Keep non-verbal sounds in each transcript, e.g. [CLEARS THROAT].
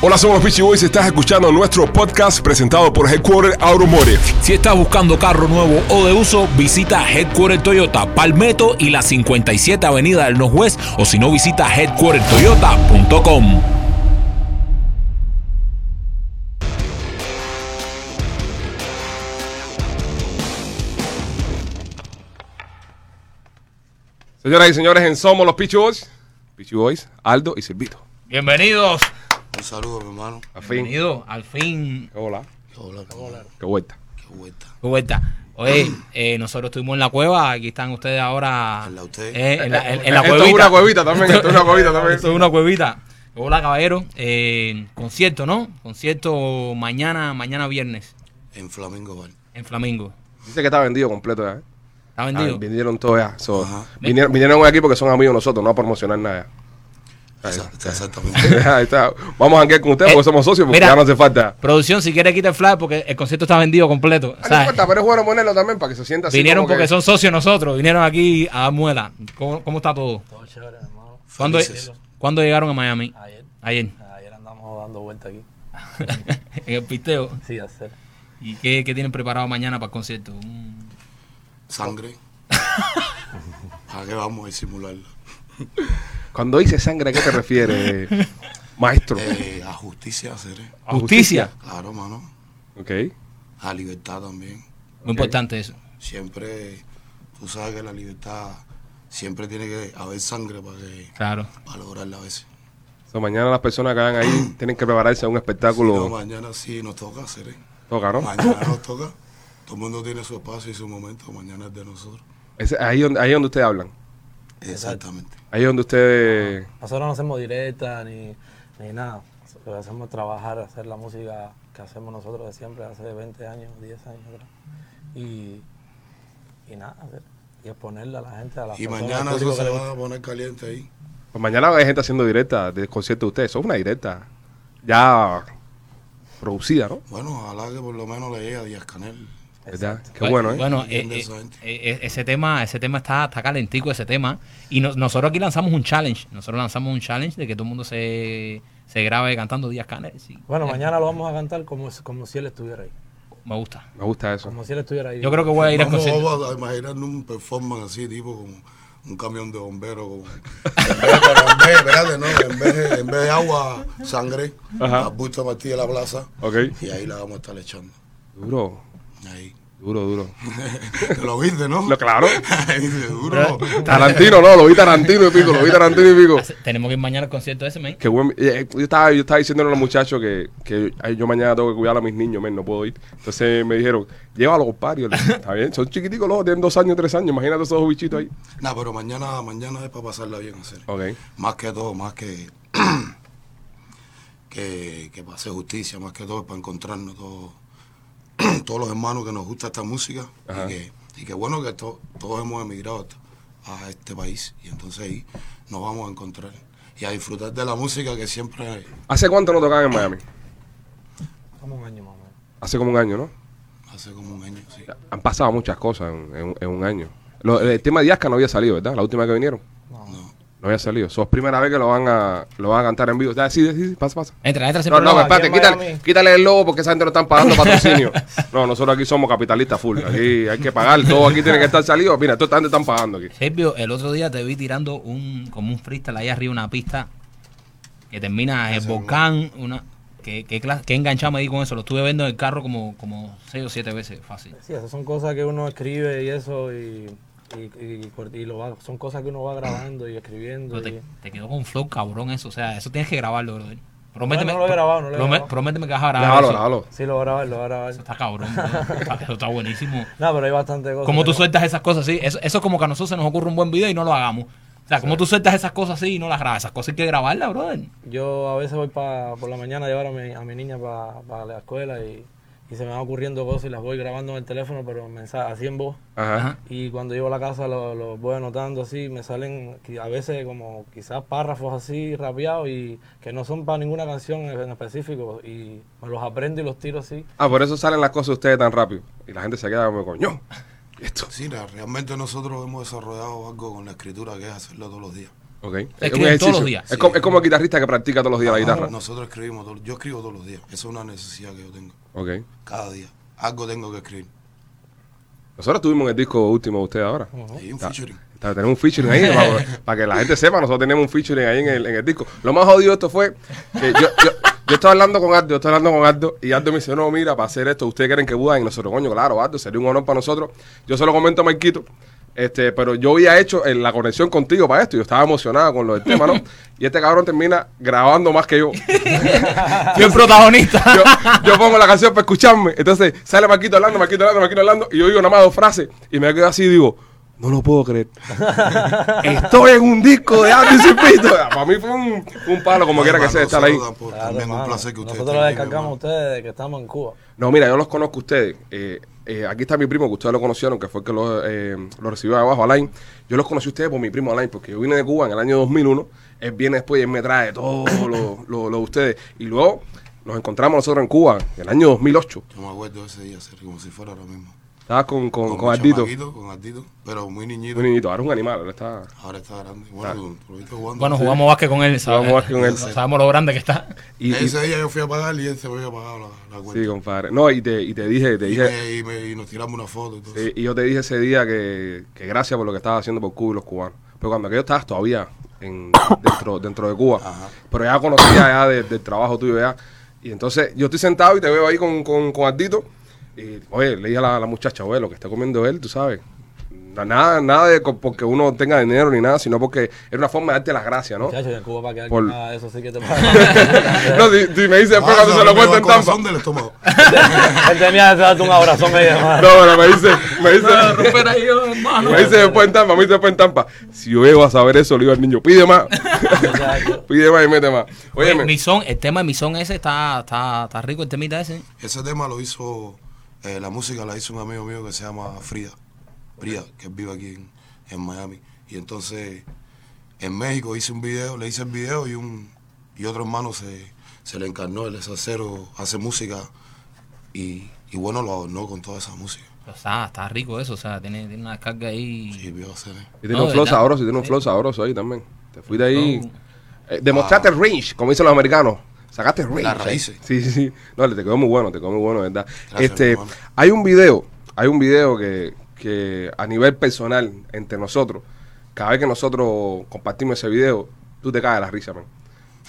Hola, somos los Peachy Boys. Estás escuchando nuestro podcast presentado por Headquarter Automotive. Si estás buscando carro nuevo o de uso, visita Headquarter Toyota Palmetto y la 57 Avenida del Northwest o si no, visita headquartertoyota.com. Señoras y señores, en Somos los Peachy Boys, Peachy Boys, Aldo y Silvito. Bienvenidos. Un saludo, mi hermano. Al fin. Bienvenido al fin. Hola. Hola, hola. Qué vuelta. Qué vuelta. De vuelta. Oye, eh, nosotros estuvimos en la cueva. Aquí están ustedes ahora. En la usted. eh, en la, en- en la Esto es cuevita. una cuevita también, esto es una cuevita también. Esto es una cuevita. Hola, caballero. Eh, concierto, ¿no? Concierto mañana, mañana viernes En Flamingo Bar. en Flamingo. Dice que está vendido completo ya. ¿eh? ¿Está Ah, vendido? vinieron todos ya. So, Ajá. vinieron, vinieron hoy aquí porque son amigos nosotros, no a promocionar nada. Esa- [LAUGHS] esa- Exactamente. Ahí está. Vamos a hangar con ustedes Eh, porque somos socios, porque mira. ya no hace falta. Producción, si quiere quita el flash porque el concierto está vendido completo. Ah, ¿sabes? no importa, pero es bueno ponerlo también para que se sienta así. Vinieron como que- porque son socios nosotros. Vinieron aquí a dar muela. ¿Cómo, cómo está todo? ¿Cuándo, Felices. ¿Cuándo llegaron a Miami? Ayer, Ayer. ayer andamos dando vuelta aquí. [LAUGHS] en el pisteo. Sí, hacer. ¿Y qué, qué tienen preparado mañana para el concierto? Un- Sangre. ¿A qué vamos a disimularla? Cuando dice sangre, ¿a qué te [LAUGHS] refieres, eh, maestro? Eh, a justicia hacer. eh. ¿A Justicia. Claro, mano. Ok. A libertad también. Muy importante eso. Siempre, tú sabes que la libertad siempre tiene que haber sangre para, que, Claro. para lograrla a veces. So, mañana las personas que van ahí tienen que prepararse a un No, espectáculo. mañana sí nos toca hacer. eh. Toca, ¿Ah? ¿no? Mañana nos toca. Todo el mundo tiene su espacio y su momento. Mañana es de nosotros. Ese- ahí, donde, ahí donde ustedes hablan. Exactamente. Ahí donde ustedes. Nosotros no hacemos directa ni, ni nada. Lo que hacemos es trabajar, hacer la música que hacemos nosotros de siempre, hace 20 años, 10 años atrás. Y, y nada, hacer. Y exponerla a la gente, a la Y mañana eso se va a poner caliente ahí. Pues mañana hay gente haciendo directa del concierto de ustedes. Eso es una directa ya producida, ¿no? Bueno, ojalá que por lo menos le llegue a Díaz Canel. ¿Verdad? Qué Bu- bueno, ¿eh? Bueno, Bien eh, de eh, esa gente. eh, ese tema, ese tema está, está calentico, ese tema. Y no- nosotros aquí lanzamos un challenge. Nosotros lanzamos un challenge de que todo el mundo se, se grabe cantando Díaz Canel. sí. Bueno, Eh, mañana lo vamos a cantar como, si- como si él estuviera ahí. Me gusta. Me gusta eso. Como si él estuviera ahí. Yo creo que voy a ir al Vamos, concierto. vamos a imaginarnos un performance así, tipo como un camión de bomberos. Como, en vez, pero en vez- espérate, ¿no? En vez, de- en vez de agua, sangre, Ajá. la busta partida de la plaza. Ok. Y ahí la vamos a estar echando. Duro, Ahí. duro, duro. Te lo viste, ¿no? Lo claro. [LAUGHS] Ahí, seguro. Tarantino, no, lo vi Tarantino y pico, lo vi Tarantino y pico. Hace- Tenemos que ir mañana al concierto ese, man. Qué buen- eh, eh, yo, estaba, yo estaba diciéndole a los muchachos que, que ay, yo mañana tengo que cuidar a mis niños, men, no puedo ir. Entonces me dijeron, llévalo, compadre. Yo le dije, Está bien, son chiquiticos los dos, tienen dos años, tres años. Imagínate esos dos bichitos ahí. Nah, pero mañana, mañana es para pasarla bien, hacer. Ok. Más que todo, más que, [CLEARS THROAT] que, que para hacer justicia, más que todo es para encontrarnos todos, [CLEARS THROAT] todos los hermanos que nos gusta esta música. Ajá. Y que, y que bueno que to- todos hemos emigrado a este país y entonces ahí nos vamos a encontrar y a disfrutar de la música que siempre, ¿Hace cuánto no tocaban en Miami? Como un año más o menos. Hace como un año, ¿no? hace como un año, sí. Han pasado muchas cosas en, en- en un año. Lo- el tema de Yasca no había salido, ¿verdad? La última vez que vinieron. No. No había salido. So, es primera vez que lo van a, lo van a cantar en vivo. Ya, Sí, sí, sí, pasa, pasa. Entra, entra, No, siempre no, lo- aquí espérate, en quítale, Miami. quítale el logo porque esa gente no están [LAUGHS] pagando patrocinio. No, nosotros aquí somos capitalistas full. Aquí hay que pagar, todo aquí tiene que estar salido. Mira, toda esta gente están pagando aquí. Silvio, el otro día te vi tirando un como un freestyle ahí arriba una pista que termina en el volcán, una que, que, cla- que enganchado me di con eso, lo estuve viendo en el carro como, como seis o siete veces, fácil. Sí, esas son cosas que uno escribe y eso, y, y, y- y lo va- son cosas que uno va grabando y escribiendo. Pero y- te, te quedó con un flow cabrón eso, o sea, eso tienes que grabarlo, brother. Prométeme, No, no lo he grabado, no lo he prome- grabado. prométeme que vas a grabar. Déjalo, eso. déjalo. Sí, lo va a grabar, lo va a grabar. Eso está cabrón, [LAUGHS] brother. Está- eso está buenísimo. No, pero hay bastante cosas. Como tú que no- sueltas esas cosas así, eso, eso es como que a nosotros se nos ocurre un buen video y no lo hagamos. O sea, como tú sueltas esas cosas así y no las grabas, esas cosas hay que grabarlas, brother. Yo a veces voy pa- por la mañana a llevar a mi, a mi niña para la escuela y, y se me van ocurriendo cosas y las voy grabando en el teléfono, pero en mensa- así en voz. Ajá. Ajá. Y cuando llego a la casa lo, lo voy anotando así, me salen qui- a veces como quizás párrafos así rapeados y que no son para ninguna canción en en específico y me los aprendo y los tiro así. Ah, por eso salen las cosas de ustedes tan rápido. Y la gente se queda como, coño, esto. Sí, la- realmente nosotros hemos desarrollado algo con la escritura que es hacerlo todos los días. Ok. Es escriben todos ejercicio. los días. Es, como, es como el guitarrista que practica todos los días la guitarra. Nosotros escribimos, todo- yo escribo todos los días. Esa es una necesidad que yo tengo. Ok. Cada día. Algo tengo que escribir. Nosotros tuvimos en el disco último de usted ahora. Y un Está- featuring. está- Tenemos un featuring ahí, para, para que la gente sepa, nosotros tenemos un featuring ahí en el, en el disco. Lo más jodido de esto fue que yo, yo, yo estaba hablando con Aldo, yo estaba hablando con Aldo, y Aldo me dice, no, mira, para hacer esto, ustedes quieren que Buda, y nosotros, coño, claro, Aldo, sería un honor para nosotros. Yo se lo comento a Marquito, este, pero yo había hecho eh, la conexión contigo para esto, y yo estaba emocionado con lo del [LAUGHS] tema, ¿no? Y este cabrón termina grabando más que yo. Yo el protagonista. [LAUGHS] yo, yo pongo la canción para escucharme. Entonces sale Marquito hablando, Marquito hablando, Marquito hablando. Y yo digo nada más dos frases. Y me quedo así y digo, no lo puedo creer. Estoy en un disco de Andy Cipito. Para mí fue un, un palo, como No, quiera que hermano, sea, estar ahí. saludan, por- Claro, Pues también un hermano. placer que ustedes Nosotros lo estén aquí, mi descargamos a hermano. ustedes desde que estamos en Cuba. No, mira, yo los conozco a ustedes. Eh, eh, aquí está mi primo, que ustedes lo conocieron, que fue el que lo, eh, lo recibió abajo, Alain. Yo los conocí a ustedes por mi primo Alain, porque yo vine de Cuba en el año 2001. Él viene después y él me trae todo lo, lo- lo de ustedes. Y luego nos encontramos nosotros en Cuba en el año 2008. Yo me acuerdo de ese día, ser como si fuera ahora mismo. Estabas con, con, con, mi Ardito. chamaquito, Con Ardito, pero muy niñito. Un niñito, Ah. ahora es un animal, ahora está. Ahora está grande. Bueno, tú- tú lo viste jugando. Bueno, jugamos básquet con él, ¿sabes? Jugamos básquet con él. Sabemos lo grande que está. Y, y- ese día yo fui a pagar y él se me había pagado la, la sí, cuenta. compadre. No, y te, y te dije, te y, dije, me, y, me- y nos tiramos una foto y todo. eh, y yo te dije ese día que, que gracias por lo que estabas haciendo por Cuba y los cubanos. Pero cuando aquello estabas todavía en, dentro, dentro de Cuba, pero ya conocía ya de- del trabajo tuyo ya. Y entonces yo estoy sentado y te veo ahí con, con, con Ardito. Y, oye, le dije a la, a la muchacha, oye, lo que está comiendo él, tú sabes. Na- Nada, nada de co- porque uno tenga dinero ni nada, sino porque era una forma de darte las gracias, ¿no? Muchachos, en Cuba para quedar Por- quemada, eso sí que te pasa. no, si, si me dice después Ah, cuando se lo me llegó cuento el en Tampa. corazón del estómago. [LAUGHS] Él tenía que darte un abrazón ahí, Ah. hermano. No, pero me dice, me dice, Pero ahí, hermano. me dice después en Tampa, me dice después en Tampa. Si yo llego a saber eso, le digo al niño, pide más, Muchachos. pide más y mete más. Oye, Óyeme, mi son, el tema de mi son ese está, está, está rico, el temita ese. Ese tema lo hizo, eh, la música la hizo un amigo mío que se llama Frida, Frida, que vive aquí en, en Miami. Y entonces en México hice un video, le hice el video y un y otro hermano se, se le encarnó, él es acero, hace música y, y bueno, lo adornó con toda esa música. O sea, está rico eso, o sea, tiene, tiene una carga ahí. Y vio hacer, eh. y tiene No, un flow ¿verdad? sabroso, y tiene un flow sabroso ahí también. Te fuiste ahí. Eh, demostraste el ¿eh? range, como dicen los americanos. Sacaste el range. Ah, Las raíces. Sí, sí, sí. No, le te quedó muy bueno, te quedó muy bueno, ¿verdad? Gracias, este, hermano. hay un video, hay un video que, que a nivel personal, entre nosotros, cada vez que nosotros compartimos ese video, tú te caes de la risa, man.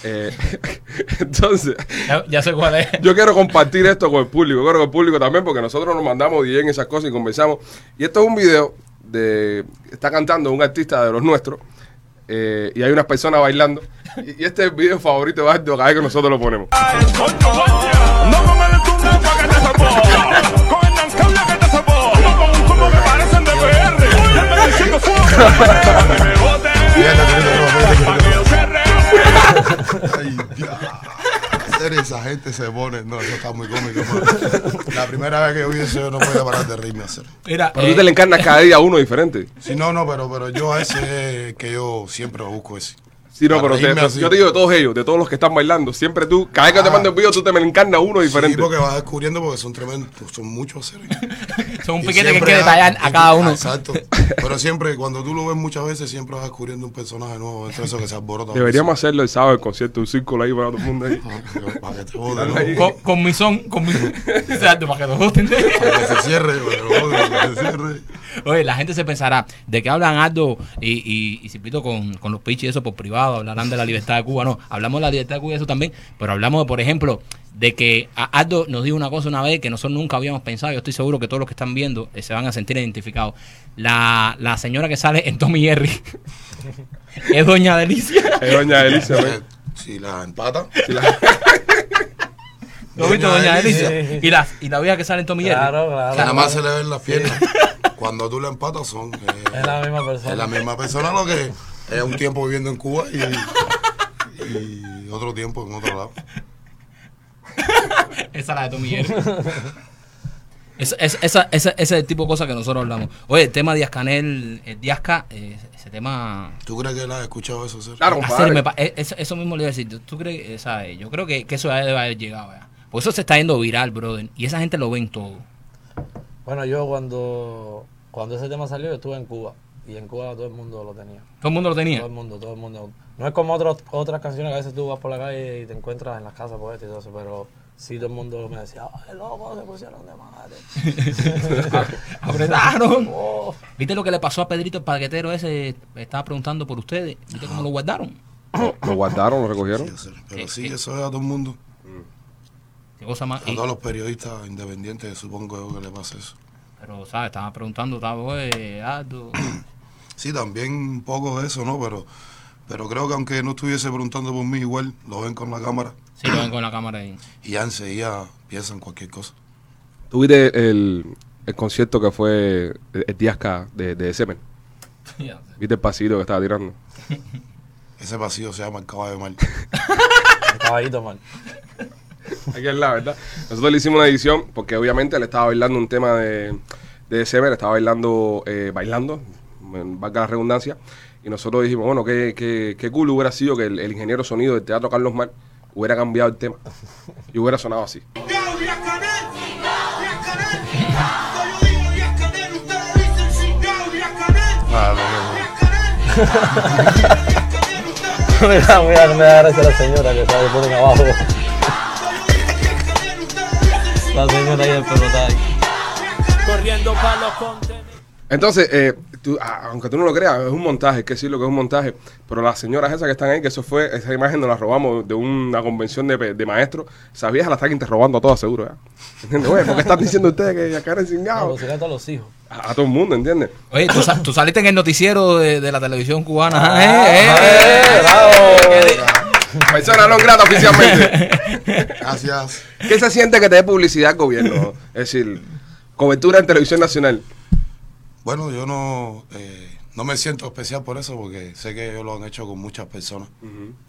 Eh, [LAUGHS] entonces, Ya, ya sé cuál es. yo quiero compartir esto con el público, quiero que el público también, porque nosotros nos mandamos bien en esas cosas y conversamos. Y esto es un video de. Está cantando un artista de los nuestros. eh, y hay unas personas bailando. Y, y este es el video favorito de Bardo, cada vez que nosotros lo ponemos. Ah, No con el estómago que te sopó, con el nancabla que te sopó, no con un combo que parecen de PR. Ya me diciendo fuego, que me bote, pa' que yo cierre. Ay, ya. Hacer esa gente se pone, no, eso está muy cómico. hermano. La primera vez que yo vi eso yo no podía parar de reírme hacer. Mira, Pero eh, tú te le encarnas cada día a uno diferente. Sí, no, no, pero, pero yo ese es que yo siempre busco ese. Sí, no, Para pero te- reírme Ah, así. yo te digo de todos ellos, de todos los que están bailando, siempre tú, cada vez que te Ah. mando un video, tú te me encarnas uno Sí, diferente. porque vas descubriendo porque son tremendos, pues, son muchos seres. son un Y piquete que hay siempre que vas- detallar a cada uno. Exacto. Pero siempre, cuando tú lo ves muchas veces, siempre vas descubriendo un personaje nuevo dentro de eso que se alborota. Deberíamos hacerlo el sábado, el concierto, un círculo ahí para todo el mundo. [LAUGHS] Ahí. Para que te jodas, ¿no? Con, con mi son, con mi. [LAUGHS] o sea, para que los dos ¿entiendes? Para que se cierre, pero, joder, para que se cierre. Oye, la gente se pensará, ¿de qué hablan Aldo y, y, y Cipito con, con los pichis y eso por privado? Hablarán de la libertad de Cuba, no. Hablamos de la libertad de Cuba y eso también, pero hablamos, de, por ejemplo, de que a- Aldo nos dijo una cosa una vez que nosotros nunca habíamos pensado, yo estoy seguro que todos los que están viendo eh, se van a sentir identificados. La, la señora que sale en Tommy Jerry [LAUGHS] es Doña Delicia. Es doña Elisa, Eh, ¿ves? Si la empata. [LAUGHS] [LAUGHS] ¿Lo viste, Doña Doña Delicia. Delicia? Y la, y la vieja que sale en Tommy Jerry. Claro, Nada claro. más se le ven las piernas. [LAUGHS] Cuando tú la empatas son. eh, Es la misma es la persona. misma persona lo que es un tiempo viviendo en Cuba y, y otro tiempo en otro lado. Esa es la de Tommy Jerry. [LAUGHS] Esa, esa, esa, esa- ese es el tipo de cosas que nosotros hablamos. Oye, el tema Díaz Canel, Díazca, eh, ese tema. ¿Tú crees que él ha escuchado eso, Sergio? Claro, Hacer, me compadre. pa- eh, eso, eso mismo le iba a decir. ¿Tú crees, eh, sabes? Yo creo que, que eso ya debe haber llegado ya. Por eso se está yendo viral, brother. Y esa gente lo ven todo. Bueno, yo cuando, cuando ese tema salió, yo estuve en Cuba. Y en Cuba todo el mundo lo tenía. Todo el mundo lo tenía. Todo el mundo, todo el mundo. No es como otros- otras canciones que a veces tú vas por la calle y te encuentras en las casas por esto y todo eso, pero sí todo el mundo me decía, ¡ay, loco, se pusieron de madre! [LAUGHS] Apretaron. Oh. ¿Viste lo que le pasó a Pedrito el paquetero ese? Estaba preguntando por ustedes. ¿Viste cómo lo guardaron? Lo guardaron, lo recogieron. Yo sé, Eh, Pero sí, eso es a todo el mundo. Qué cosa más. A Eh. y- todos los periodistas independientes supongo yo que le pasa eso. pero, ¿sabes? Estaba preguntando, estaba, oye, Aldo. Sí, también un poco de eso, ¿no? Pero, pero creo que aunque no estuviese preguntando por mí, igual lo ven con la cámara Sí, lo ven con la cámara ahí. y ya enseguida piensan cualquier cosa. ¿Tuviste el, el concierto que fue eh, el, el Díazca de, de Semen? [LAUGHS] Ya. ¿Viste el pasito que estaba tirando? Ese pasillo se llama el [LAUGHS] caballo mal. El caballito [LAUGHS] mal. Aquí es la verdad. Nosotros le hicimos una edición porque obviamente él estaba bailando un tema de, de Sever, estaba bailando, eh, bailando, en- valga la redundancia. Y nosotros dijimos, bueno, qué, qué, qué cool hubiera sido que el, el ingeniero sonido del Teatro Carlos Mar hubiera cambiado el tema y hubiera sonado así. Yo, Díaz Canel, Díaz Canel, cuando yo digo Díaz Canel, ustedes dicen sí, yo, Díaz Canel, Díaz Canel, Díaz Canel, ustedes dicen me da, me da, me da gracia la señora que sabe ponen abajo. cuando yo digo Díaz Canel, ustedes dicen sí, La señora ahí empelotada. corriendo pa' los contenedores. Entonces, eh, tú- a- aunque tú no lo creas, es un montaje, es que sí lo que es un montaje. Pero las señoras esas que están ahí, que eso fue, esa imagen nos la robamos de una convención de, pe- de maestros, esas viejas la están interrogando a todas seguro, ¿eh? ¿Entiendes? Oye, ¿por qué están diciendo ustedes que ya caen sin No, nada? lo a todos los hijos. a, a todo el mundo, ¿entiendes? Oye, tú, sa- tú saliste en el noticiero de, de la televisión cubana. ajá, ¡Eh, eh, eh, bravo! Persona no grata oficialmente. [LAUGHS] Gracias. ¿Qué se siente que te dé publicidad el gobierno? Es decir, cobertura en televisión nacional. Bueno, yo no, eh, no me siento especial por eso porque sé que ellos lo han hecho con muchas personas.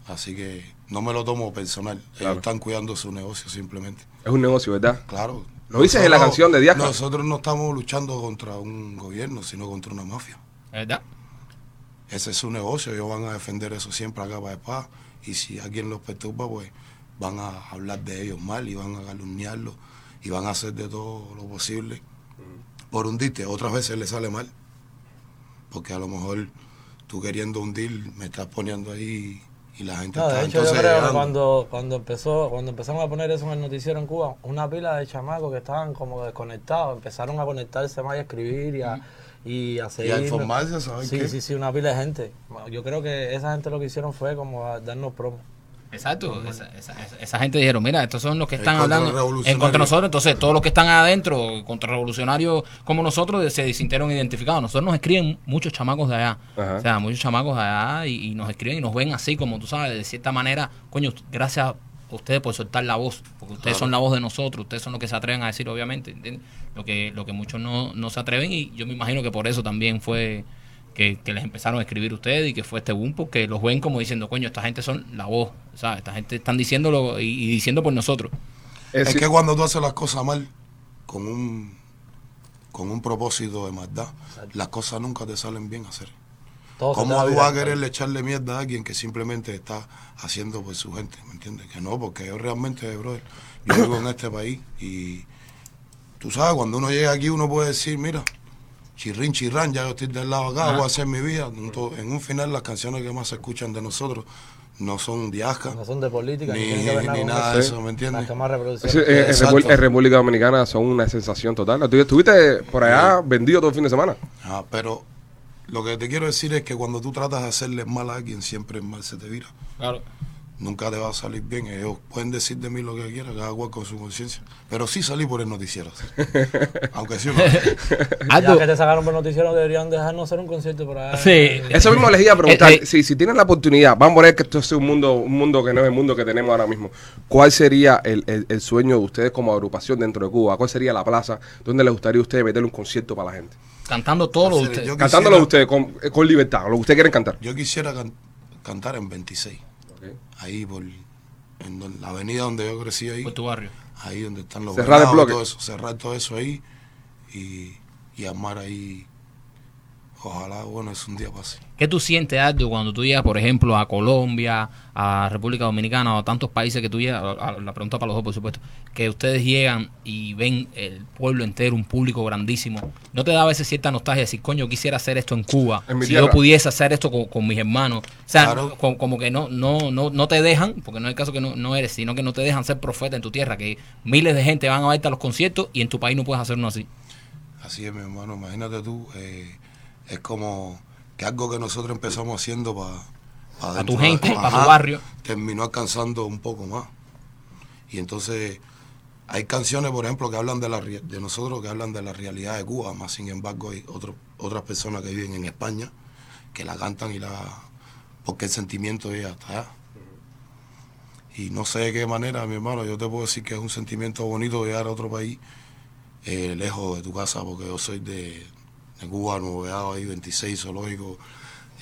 Así que no me lo tomo personal. Claro. Ellos están cuidando su negocio simplemente. Es un negocio, ¿verdad? Claro. Lo dices en la Nosotros- canción de Díaz Canel. Nosotros no estamos luchando contra un gobierno, sino contra una mafia. ¿Verdad? Ese es su negocio, ellos van a defender eso siempre a capa de paz. Y si alguien los perturba, pues van a hablar de ellos mal y van a calumniarlos y van a hacer de todo lo posible por hundirte. Otras veces les sale mal, porque a lo mejor tú queriendo hundir me estás poniendo ahí y la gente No, está de hecho yo entonces creo que llegando. cuando, cuando, empezó, cuando empezamos a poner eso en el noticiero en Cuba, una pila de chamacos que estaban como desconectados, empezaron a conectarse más y a escribir y a, y a seguir. informarse, a saber Sí, qué. sí, sí, una pila de gente. Yo creo que esa gente lo que hicieron fue como a darnos promos. Exacto, esa, esa- esa- esa gente dijeron, mira, estos son los que El están hablando contrarrevolucionario. en contra de nosotros, entonces todos los que están adentro, contrarrevolucionarios como nosotros, se sintieron identificados. Nosotros nos escriben muchos chamacos de allá, Ajá. o sea, muchos chamacos de allá y, y nos escriben y nos ven así, como tú sabes, de cierta manera, coño, gracias a ustedes por soltar la voz, porque ustedes son la voz de nosotros, ustedes son los que se atreven a decir, obviamente, ¿entiendes? Lo que, lo que muchos no, no se atreven y yo me imagino que por eso también fue... Que, que les empezaron a escribir ustedes y que fue este boom porque los ven como diciendo, coño, esta gente son la voz, ¿sabes? Esta gente están diciéndolo y, y diciendo por nosotros. Es, Es decir, que cuando tú haces las cosas mal, con un, con un propósito de maldad, las cosas nunca te salen bien hacer. Todos se ¿Cómo estaban tú vas a mirando. quererle echarle mierda a alguien que simplemente está haciendo por su gente? ¿Me entiendes? Que no, porque yo realmente, brother, yo vivo en este país y tú sabes, cuando uno llega aquí uno puede decir, mira, chirrín, chirrán, ya yo estoy del lado acá, voy a hacer mi vida. En to- En un final las canciones que más se escuchan de nosotros no son de Asca, No son de política, ni, ni, tienen que ver ni con nada eso. de eso, ¿me Las entiendes? que más es decir, reproducción. en- en, Exacto. Repu- en República Dominicana son una sensación total. Tú estuviste por allá vendido todo el fin de semana. Ah, pero lo que te quiero decir es que cuando tú tratas de hacerle mal a alguien, siempre el mal se te vira. Claro. Nunca te va a salir bien. Ellos pueden decir de mí lo que quieran, cada cual con su conciencia. Pero sí salí por el noticiero. Aunque sí, no. Ya que te sacaron por noticiero, deberían dejarnos hacer un concierto por ahí. Sí. Eso mismo les iba a preguntar. Eh, eh. si, si tienen la oportunidad, vamos a poner que esto es un mundo, un mundo que no es el mundo que tenemos ahora mismo. ¿Cuál sería el, el- el sueño de ustedes como agrupación dentro de Cuba? ¿Cuál sería la plaza donde les gustaría a ustedes meterle un concierto para la gente? Cantando todo lo de ustedes. Yo Cantándolo quisiera- ustedes con, eh, con libertad, lo que ustedes quieren cantar. Yo quisiera can- cantar en 26. Ahí por en don- la avenida donde yo crecí Por ahí. pues, tu barrio. Ahí donde están los Cerrar el venados y bloque. todo eso. Cerrar todo eso ahí y, y armar ahí Ojalá, bueno, es un día pase. ¿Qué tú sientes, Aldo, cuando tú llegas, por ejemplo, a Colombia, a República Dominicana o a tantos países que tú llegas? a- a- La pregunta para los dos, por supuesto. Que ustedes llegan y ven el pueblo entero, un público grandísimo. ¿No te da a veces cierta nostalgia de decir, coño, yo quisiera hacer esto en Cuba? En mi si tierra. yo pudiese hacer esto con, con mis hermanos. O sea, Claro. co- como, que no, no, no, no te dejan, porque no es el caso que no, no eres, sino que no te dejan ser profeta en tu tierra, que miles de gente van a verte a los conciertos y en tu país no puedes hacer uno así. Así es, mi hermano. Imagínate tú, eh, es como que algo que nosotros empezamos haciendo para Pa' tu gente, pa' tu barrio. Terminó alcanzando un poco más. Y entonces hay canciones, por ejemplo, que hablan de la rea- de nosotros, que hablan de la realidad de Cuba, más sin embargo hay otro- otras personas que viven en España que la cantan y la porque el sentimiento llega hasta allá. Y no sé de qué manera, mi hermano, yo te puedo decir que es un sentimiento bonito llegar a otro país eh, lejos de tu casa, porque yo soy de, de Cuba, Nuevo Beado, ahí 26 zoológicos,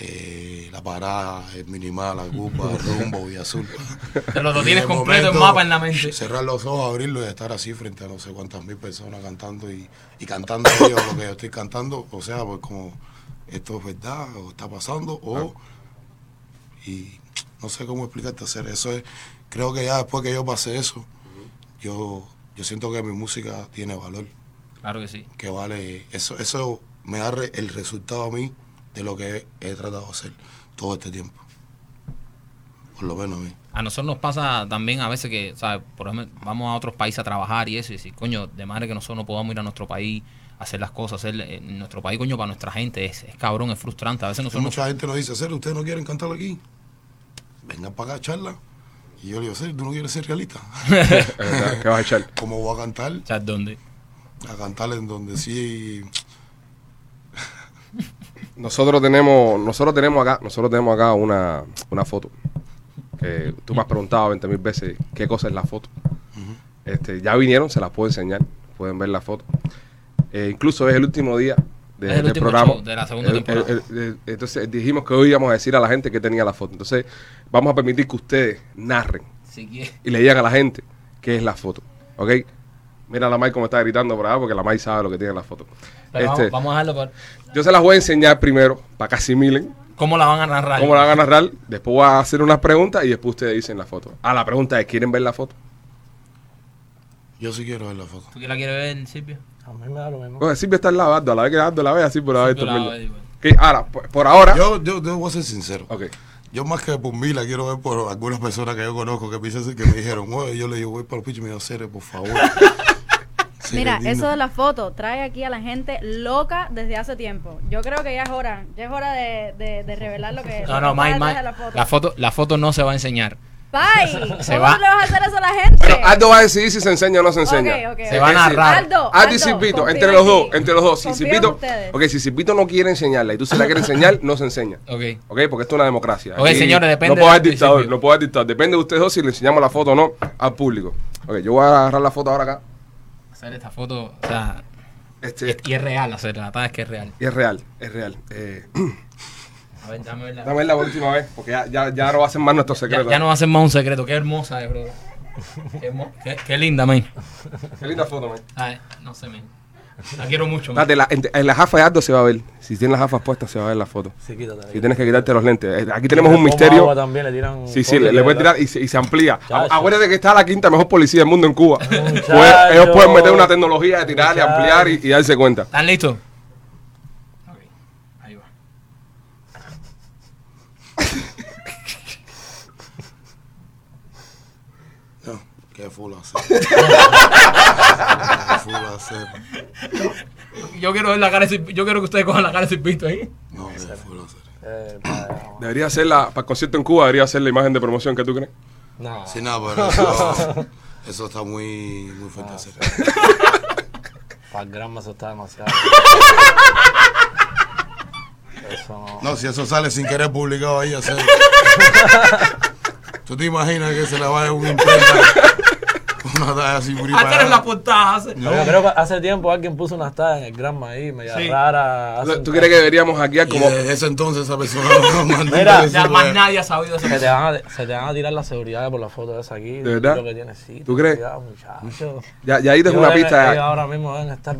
eh, La Parada, el Minimal, La Cuba, el Rumbo, Villa Azul. Te lo- lo Y tienes de completo, el mapa en la mente. Cerrar los ojos, abrirlo y estar así frente a no sé cuántas mil personas cantando y, y cantando ellos lo que yo estoy cantando, o sea, pues como esto es verdad, o está pasando, o... Y no sé cómo explicarte hacer eso. Es, creo que ya después que yo pasé eso, yo, yo siento que mi música tiene valor Claro que sí. que vale. Eso, eso me da re- el resultado a mí de lo que he, he tratado de hacer todo este tiempo. Por lo menos a mí. A nosotros nos pasa también a veces que, ¿sabes? Por ejemplo, vamos a otros países a trabajar y eso, y decir, coño, de madre que nosotros no podamos ir a nuestro país, a hacer las cosas, hacer eh, en nuestro país, coño, para nuestra gente, es, es cabrón, es frustrante. A veces Que nosotros mucha gente nos dice, Cero, ¿ustedes no quieren cantar aquí? Vengan para acá, charla. Y yo le digo, Cero, ¿tú no quieres ser realista? [LAUGHS] Es verdad, ¿Qué vas a echar? ¿Cómo voy a cantar? no- ¿Sabes dónde? A cantar en donde sí. Nosotros tenemos, nosotros tenemos acá, nosotros tenemos acá una, una foto. Que tú me has preguntado 20 mil veces qué cosa es la foto. Este, ya vinieron, se las puedo enseñar, pueden ver la foto. Eh, incluso es el último día de- Es el del último programa. show de la segunda El- el- temporada. el- el- entonces dijimos que hoy íbamos a decir a la gente que tenía la foto. Entonces vamos a permitir que ustedes narren Si quieres. y le digan a la gente qué es la foto. ¿Ok? Mira a la Mai como está gritando por acá porque la Mai sabe lo que tiene la foto. Pero Este, vamos, vamos a dejarlo por. Yo se las voy a enseñar primero para que asimilen ¿Cómo la van a narrar? cómo la van a narrar. Después voy a hacer unas preguntas y después ustedes dicen la foto. Ah, la pregunta es, ¿quieren ver la foto? Yo sí quiero ver la foto. ¿Tú que la quieres ver, Silvio? A mí me da lo mismo. Oye, Silvia está al lado, Aldo, a la vez que Aldo la vea, así por la vez Silvio la también. ve, digo. Ok, Ahora, por, por ahora... Yo, yo, yo voy a ser sincero. Ok. Yo más que por mí la quiero ver por algunas personas que yo conozco que me, dicen- que me dijeron, oye, yo le digo, voy para el picho y me digo, Cere, por [LAUGHS] favor. Sí, Mira, Regina. eso de la foto trae aquí a la gente loca desde hace tiempo. Yo creo que ya es hora, ya es hora de, de- de revelar lo que No, no, más Mike, Mike. Eh, La foto. La foto, la foto no se va a enseñar. Bye. [LAUGHS] Se ¿Cómo va. le vas a hacer eso a la gente? Bueno, Aldo va a decidir si se enseña o no se enseña. Ok, ok, Se ok. va a narrar. Aldo, Aldo y Aldo, Silvito, confío entre en los ti. dos, entre los dos. Si Confío en Silvito, ustedes. ok, si Silvito no quiere enseñarla y tú se la quieres enseñar, no se enseña. Ok. Ok, porque esto es una democracia. Ok, señores, No depende puedo del haber dictador, principio. no puedo haber dictador. Depende de ustedes dos si le enseñamos la foto o no al público. Ok, yo voy a agarrar la foto ahora acá. Hacer esta foto, o sea, Este, y es real hacerla, la verdad es que es real. y es real, es real. Eh, [CLEARS THROAT] A ver, dame verla. dame la última vez, porque ya, ya, ya no va a ser más nuestro Ya, secreto. ya no va a ser más un secreto, qué hermosa es, bro. Qué, hermo- qué- qué linda, man. Qué linda foto, man. Ay, no sé, men. La quiero mucho, men. Date, la- en, en las gafas de Aldo se va a ver. Si tienes las gafas puestas, se va a ver la foto. Sí, quítate. Si tienes que quitarte los lentes. Eh, Aquí tenemos un misterio. Sí, sí, le, le pueden tirar y se, y se amplía. A- Chacho. Acuérdate que está la quinta mejor policía del mundo en [LAUGHS] Cuba. Puede- Muchacho. ellos pueden meter una tecnología de tirar, y Muchacho. ampliar y, y darse cuenta. ¿Están listos? Ok, ahí va. No, qué full hacer. [LAUGHS] Qué full hacer. Yo quiero ver la cara de Sil- yo quiero que ustedes cojan la cara de Silvito ahí. No, qué full hacer. Eh, Debería ser la, para el concierto en Cuba, debería ser la imagen de promoción que tú crees. No. Sí, nada, pero eso, eso está muy, muy fuerte hacer. Para el Gramma eso está demasiado. eso no. No, si eso sale sin querer publicado ahí, hacer. ¿Tú te imaginas que se le vaya un imprenta? Una talla así muy Hacer parada? Ah, la portada. hacer- No. Yo creo que hace tiempo alguien puso una tag en el Gramma ahí, media Sí. rara. hace un ¿Tú crees que deberíamos hackear Y como... desde ese entonces esa persona no nos mandó Mira, eso, Ya más pues. nadie ha sabido eso. Se te, van a, se te van a tirar la seguridad por la foto de esa aquí. ¿De verdad? Lo que tienes, sí, ¿Tú crees? [LAUGHS] cuidado, muchacho. Ya, ya ahí te Yo una deben- pista. ellos ahora mismo deben estar.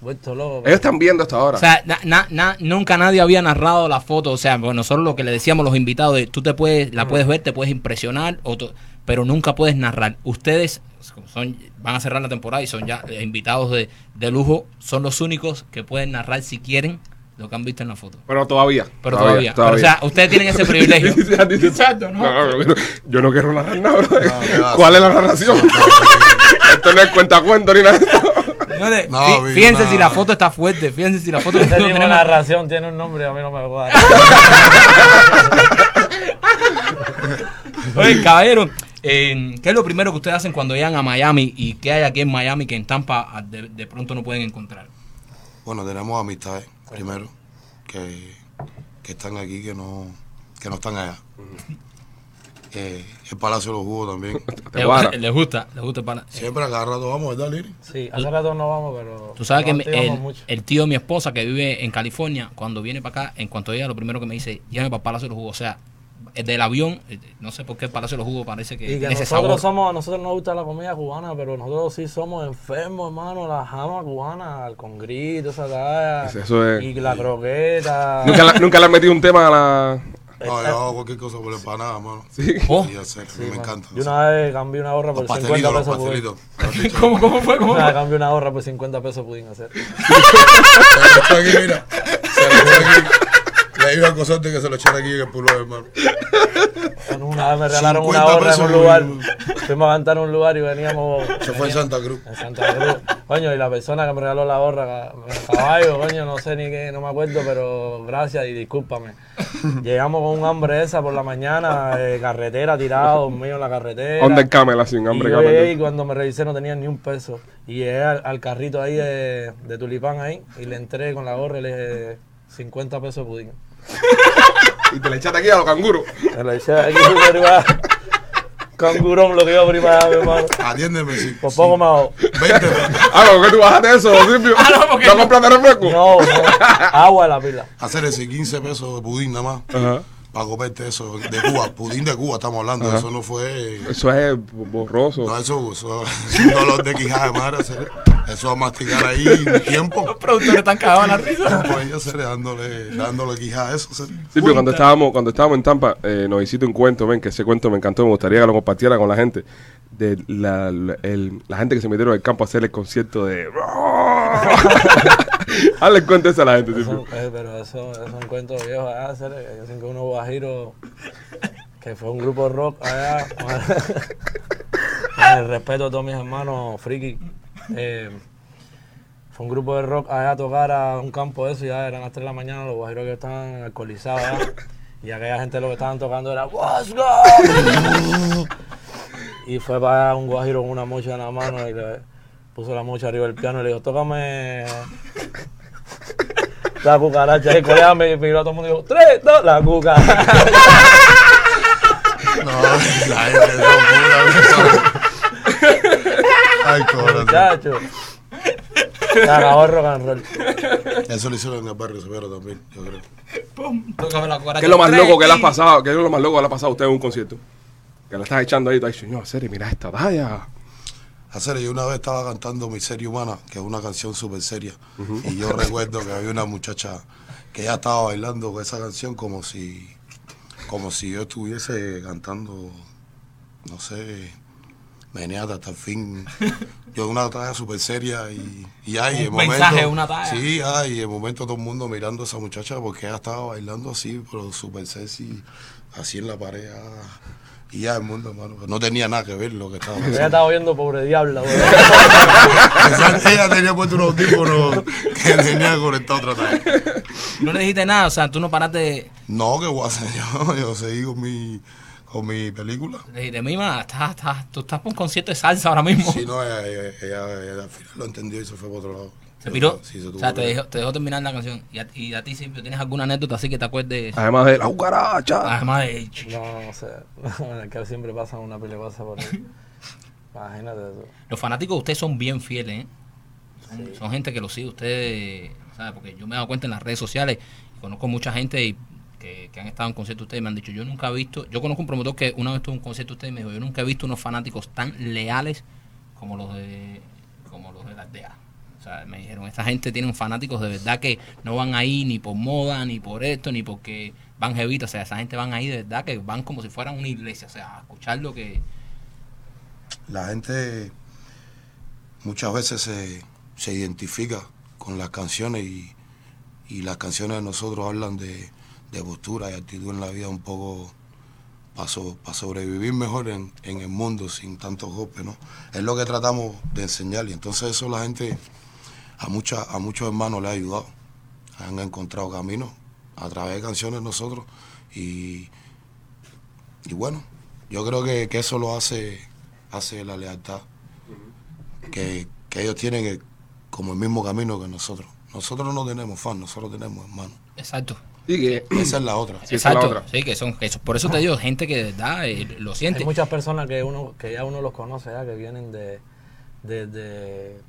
Vuelto loco. Ellos están viendo hasta ahora. O sea, na- na- na- nunca nadie había narrado la foto. O sea, bueno, nosotros lo que le decíamos a los invitados de tú te puedes, la puedes ver, te puedes impresionar, o tú- pero nunca puedes narrar. Ustedes son, van a cerrar la temporada y son ya eh, invitados de, de lujo. Son los únicos que pueden narrar si quieren lo que han visto en la foto. pero todavía. Pero todavía. Pero, o sea, ustedes tienen [LAUGHS] [LAUGHS] ese privilegio. Exacto, ¿no? yo no quiero narrar nada, bro. ¿qué va? ¿Cuál es la narración? Esto no es cuenta cuento ni nada. de eso. Señores, No, fí- vi fíjense una- si la foto está fuerte. Fíjense si la [LAUGHS] foto Ese no tipo de tenemos- narración tiene un nombre, a mí no me [LAUGHS] acuerdo. Oye, caballero, eh, ¿qué es lo primero que ustedes hacen cuando llegan a Miami y qué hay aquí en Miami que en Tampa ah, de, de pronto no pueden encontrar? Bueno, tenemos amistades primero que, que están aquí, que no, que no están allá. Eh, el Palacio de los Jugos también. Eh, Te guarda. Les gusta, les gusta para. Siempre a cada rato vamos, ¿verdad, Liri? Sí, hace rato no vamos, pero. Tú sabes que me- antes íbamos el, mucho. el tío de mi esposa que vive en California, cuando viene para acá, en cuanto llega, lo primero que me dice, llévame para Palacio de los Jugos. O sea, el del avión, eh, no sé por qué Palacio de los Jugos parece que, Y que tiene ese sabor. [LAUGHS] nosotros somos, nosotros nos gusta la comida cubana, pero nosotros sí somos enfermos, hermano, la jama cubana, el congrito, esa cara, Eso- eso es. y la croqueta. Nunca, la- nunca le han metido un tema a la. No, yo hago cualquier cosa por la empanada, mano. Sí. Oh, Y hacer, Sí, me mano. encanta. Yo una vez cambié una gorra los por pastelitos, 50 los pesos pudín. pastelitos. Esto ¿Cómo, cómo fue? ¿Cómo Una vez fue? cambié una gorra por 50 pesos pudín hacer. aquí, mira. Se lo puse aquí. Le iba a acosarte que se lo echara aquí en el pulo, hermano. Bueno, Una vez me regalaron una 50 gorra en pesos un lugar. pudín. Fuimos a cantar en un lugar y veníamos Se fue en Santa Cruz. en Santa Cruz. Coño, y la persona que me regaló la gorra, ca- caballo, coño, no sé ni qué, no me acuerdo, pero gracias y discúlpame. Llegamos con un hambre esa por la mañana, eh, carretera tirado, dormido en la carretera. Onda el camel así, un y hombre yo camel. llegué y cuando me revisé no tenía ni un peso. Y llegué al, al carrito ahí de, de tulipán ahí y le entré con la gorra y le dije 50 pesos pudín. Y te le echaste aquí a los canguros. Me lo hice aquí por privada. Cangurón lo que yo privada, mi hermano. Atiéndeme, sí. Por poco me ahogo. Vente, hermano. Ah, no, ¿por qué tú bajaste eso, Silvio? [LAUGHS] Ah, no, porque ¿No no. compraste refresco? No, no. Agua en la pila. Hacer ese 15 pesos de pudín nada más. Ajá. Para comerte eso de Cuba. Pudín de Cuba estamos hablando. Eso no fue... Eso es borroso. No, eso, eso [LAUGHS] es un dolor de quijada de madre. hacer- Eso a masticar ahí un tiempo. Los productores están cagados en la risa. Pues yo seré dándole, dándole quijada a eso. seré. Silvio, cuando estábamos, cuando estábamos en Tampa, eh, nos hiciste un cuento, ven, que ese cuento me encantó, me gustaría que lo compartiera con la gente. De la, la- el- la gente que se metieron al campo a hacer el concierto de. [LAUGHS] Hazle el cuento eso a la gente, Silvio. Eso- eh, pero eso, eso un cuento viejo allá, hacer, eh, dicen que uno guajiro, que fue un grupo rock allá, con el respeto a todos mis hermanos friki, eh, fue un grupo de rock allá a tocar a un campo de eso, y ya eran las 3 de la mañana, los guajiros que estaban alcoholizados allá, y aquella gente lo que estaban tocando era What's Love?" Y fue para allá un guajiro con una mocha en la mano y le puso la mocha arriba del piano y le dijo, tócame la cucaracha. Y el colega me miró a todo el mundo y dijo, tres, dos, la cucaracha. No, la gente es locura. Ay, corazón. Muchacho. Cagado rock and roll. Eso lo hicieron en el barrio severo también, yo creo. Tócame la cucaracha. ¿Qué es lo más Tres loco que le has y- pasado? ¿Qué es lo más loco que le ha pasado a usted en un concierto? Que la estás echando ahí y tú dices, no, serio, mira esta talla. Hacer, yo una vez estaba cantando Miseria Humana, que es una canción súper seria, y yo recuerdo que había una muchacha que ya estaba bailando con esa canción como si, como si yo estuviese cantando, no sé, meneada hasta el fin. Yo una talla súper seria y, y ay, el Un momento, mensaje, una talla. Sí, ay, el momento todo el mundo mirando a esa muchacha porque ella estaba bailando así, pero súper sexy, así en la pared. ah, Y ya el mundo, hermano, no tenía nada que ver lo que [LAUGHS] estaba pasando. Ya estaba viendo pobre diabla, güey. [LAUGHS] Esa- ella tenía puesto unos audífonos que tenía conectado otra vez. No le dijiste nada, o sea, tú no paraste. de- No, que voy a hacer yo. [LAUGHS] Yo seguí con mi, con mi película. Le dijiste, mima, estás, estás- tú estás por un concierto de salsa ahora mismo. Si no, ella, ella- ella- ella al final lo entendió y se fue para otro lado. Se piró. Sí, se tuvo o sea, que te ir. dejó, te dejó terminar la canción. Y a, y a ti, Silvio, ¿tienes alguna anécdota así que te acuerdes? Además de la Ah. cucaracha. Además de. No, no sé. No, es que siempre pasa una pile pasa por ahí. Imagínate eso. Los fanáticos de ustedes son bien fieles, ¿eh? Son, son gente que lo sigue ustedes, ¿sabes? Porque yo me he dado cuenta en las redes sociales, y conozco mucha gente y- que, que han estado en conciertos de ustedes y me han dicho, yo nunca he visto, yo conozco un promotor que una vez tuvo un concierto de ustedes y me dijo, yo nunca he visto unos fanáticos tan leales como los de como los de la aldea. O sea, me dijeron, esta gente tienen fanáticos de verdad que no van ahí ni por moda, ni por esto, ni porque van jevitos. O sea, esa gente van ahí de verdad que van como si fueran una iglesia. O sea, a escuchar lo que... La gente muchas veces se, se identifica con las canciones y, y las canciones de nosotros hablan de, de postura y actitud en la vida un poco para sobrevivir mejor en, en el mundo sin tantos golpes, ¿no? Es lo que tratamos de enseñar y entonces eso la gente a, mucha, a muchos hermanos le ha ayudado, han encontrado caminos a través de canciones nosotros y, y bueno, yo creo que, que eso lo hace, hace la lealtad que, que ellos tienen el- como el mismo camino que nosotros. Nosotros no tenemos fan, nosotros tenemos hermanos. Exacto. Y que Esa es la otra. Sí, esa es la Exacto. otra. Sí, que son... que son- por eso te digo, gente que de verdad eh, lo siente. Hay muchas personas que uno que ya uno los conoce, ya, que vienen de, de, de-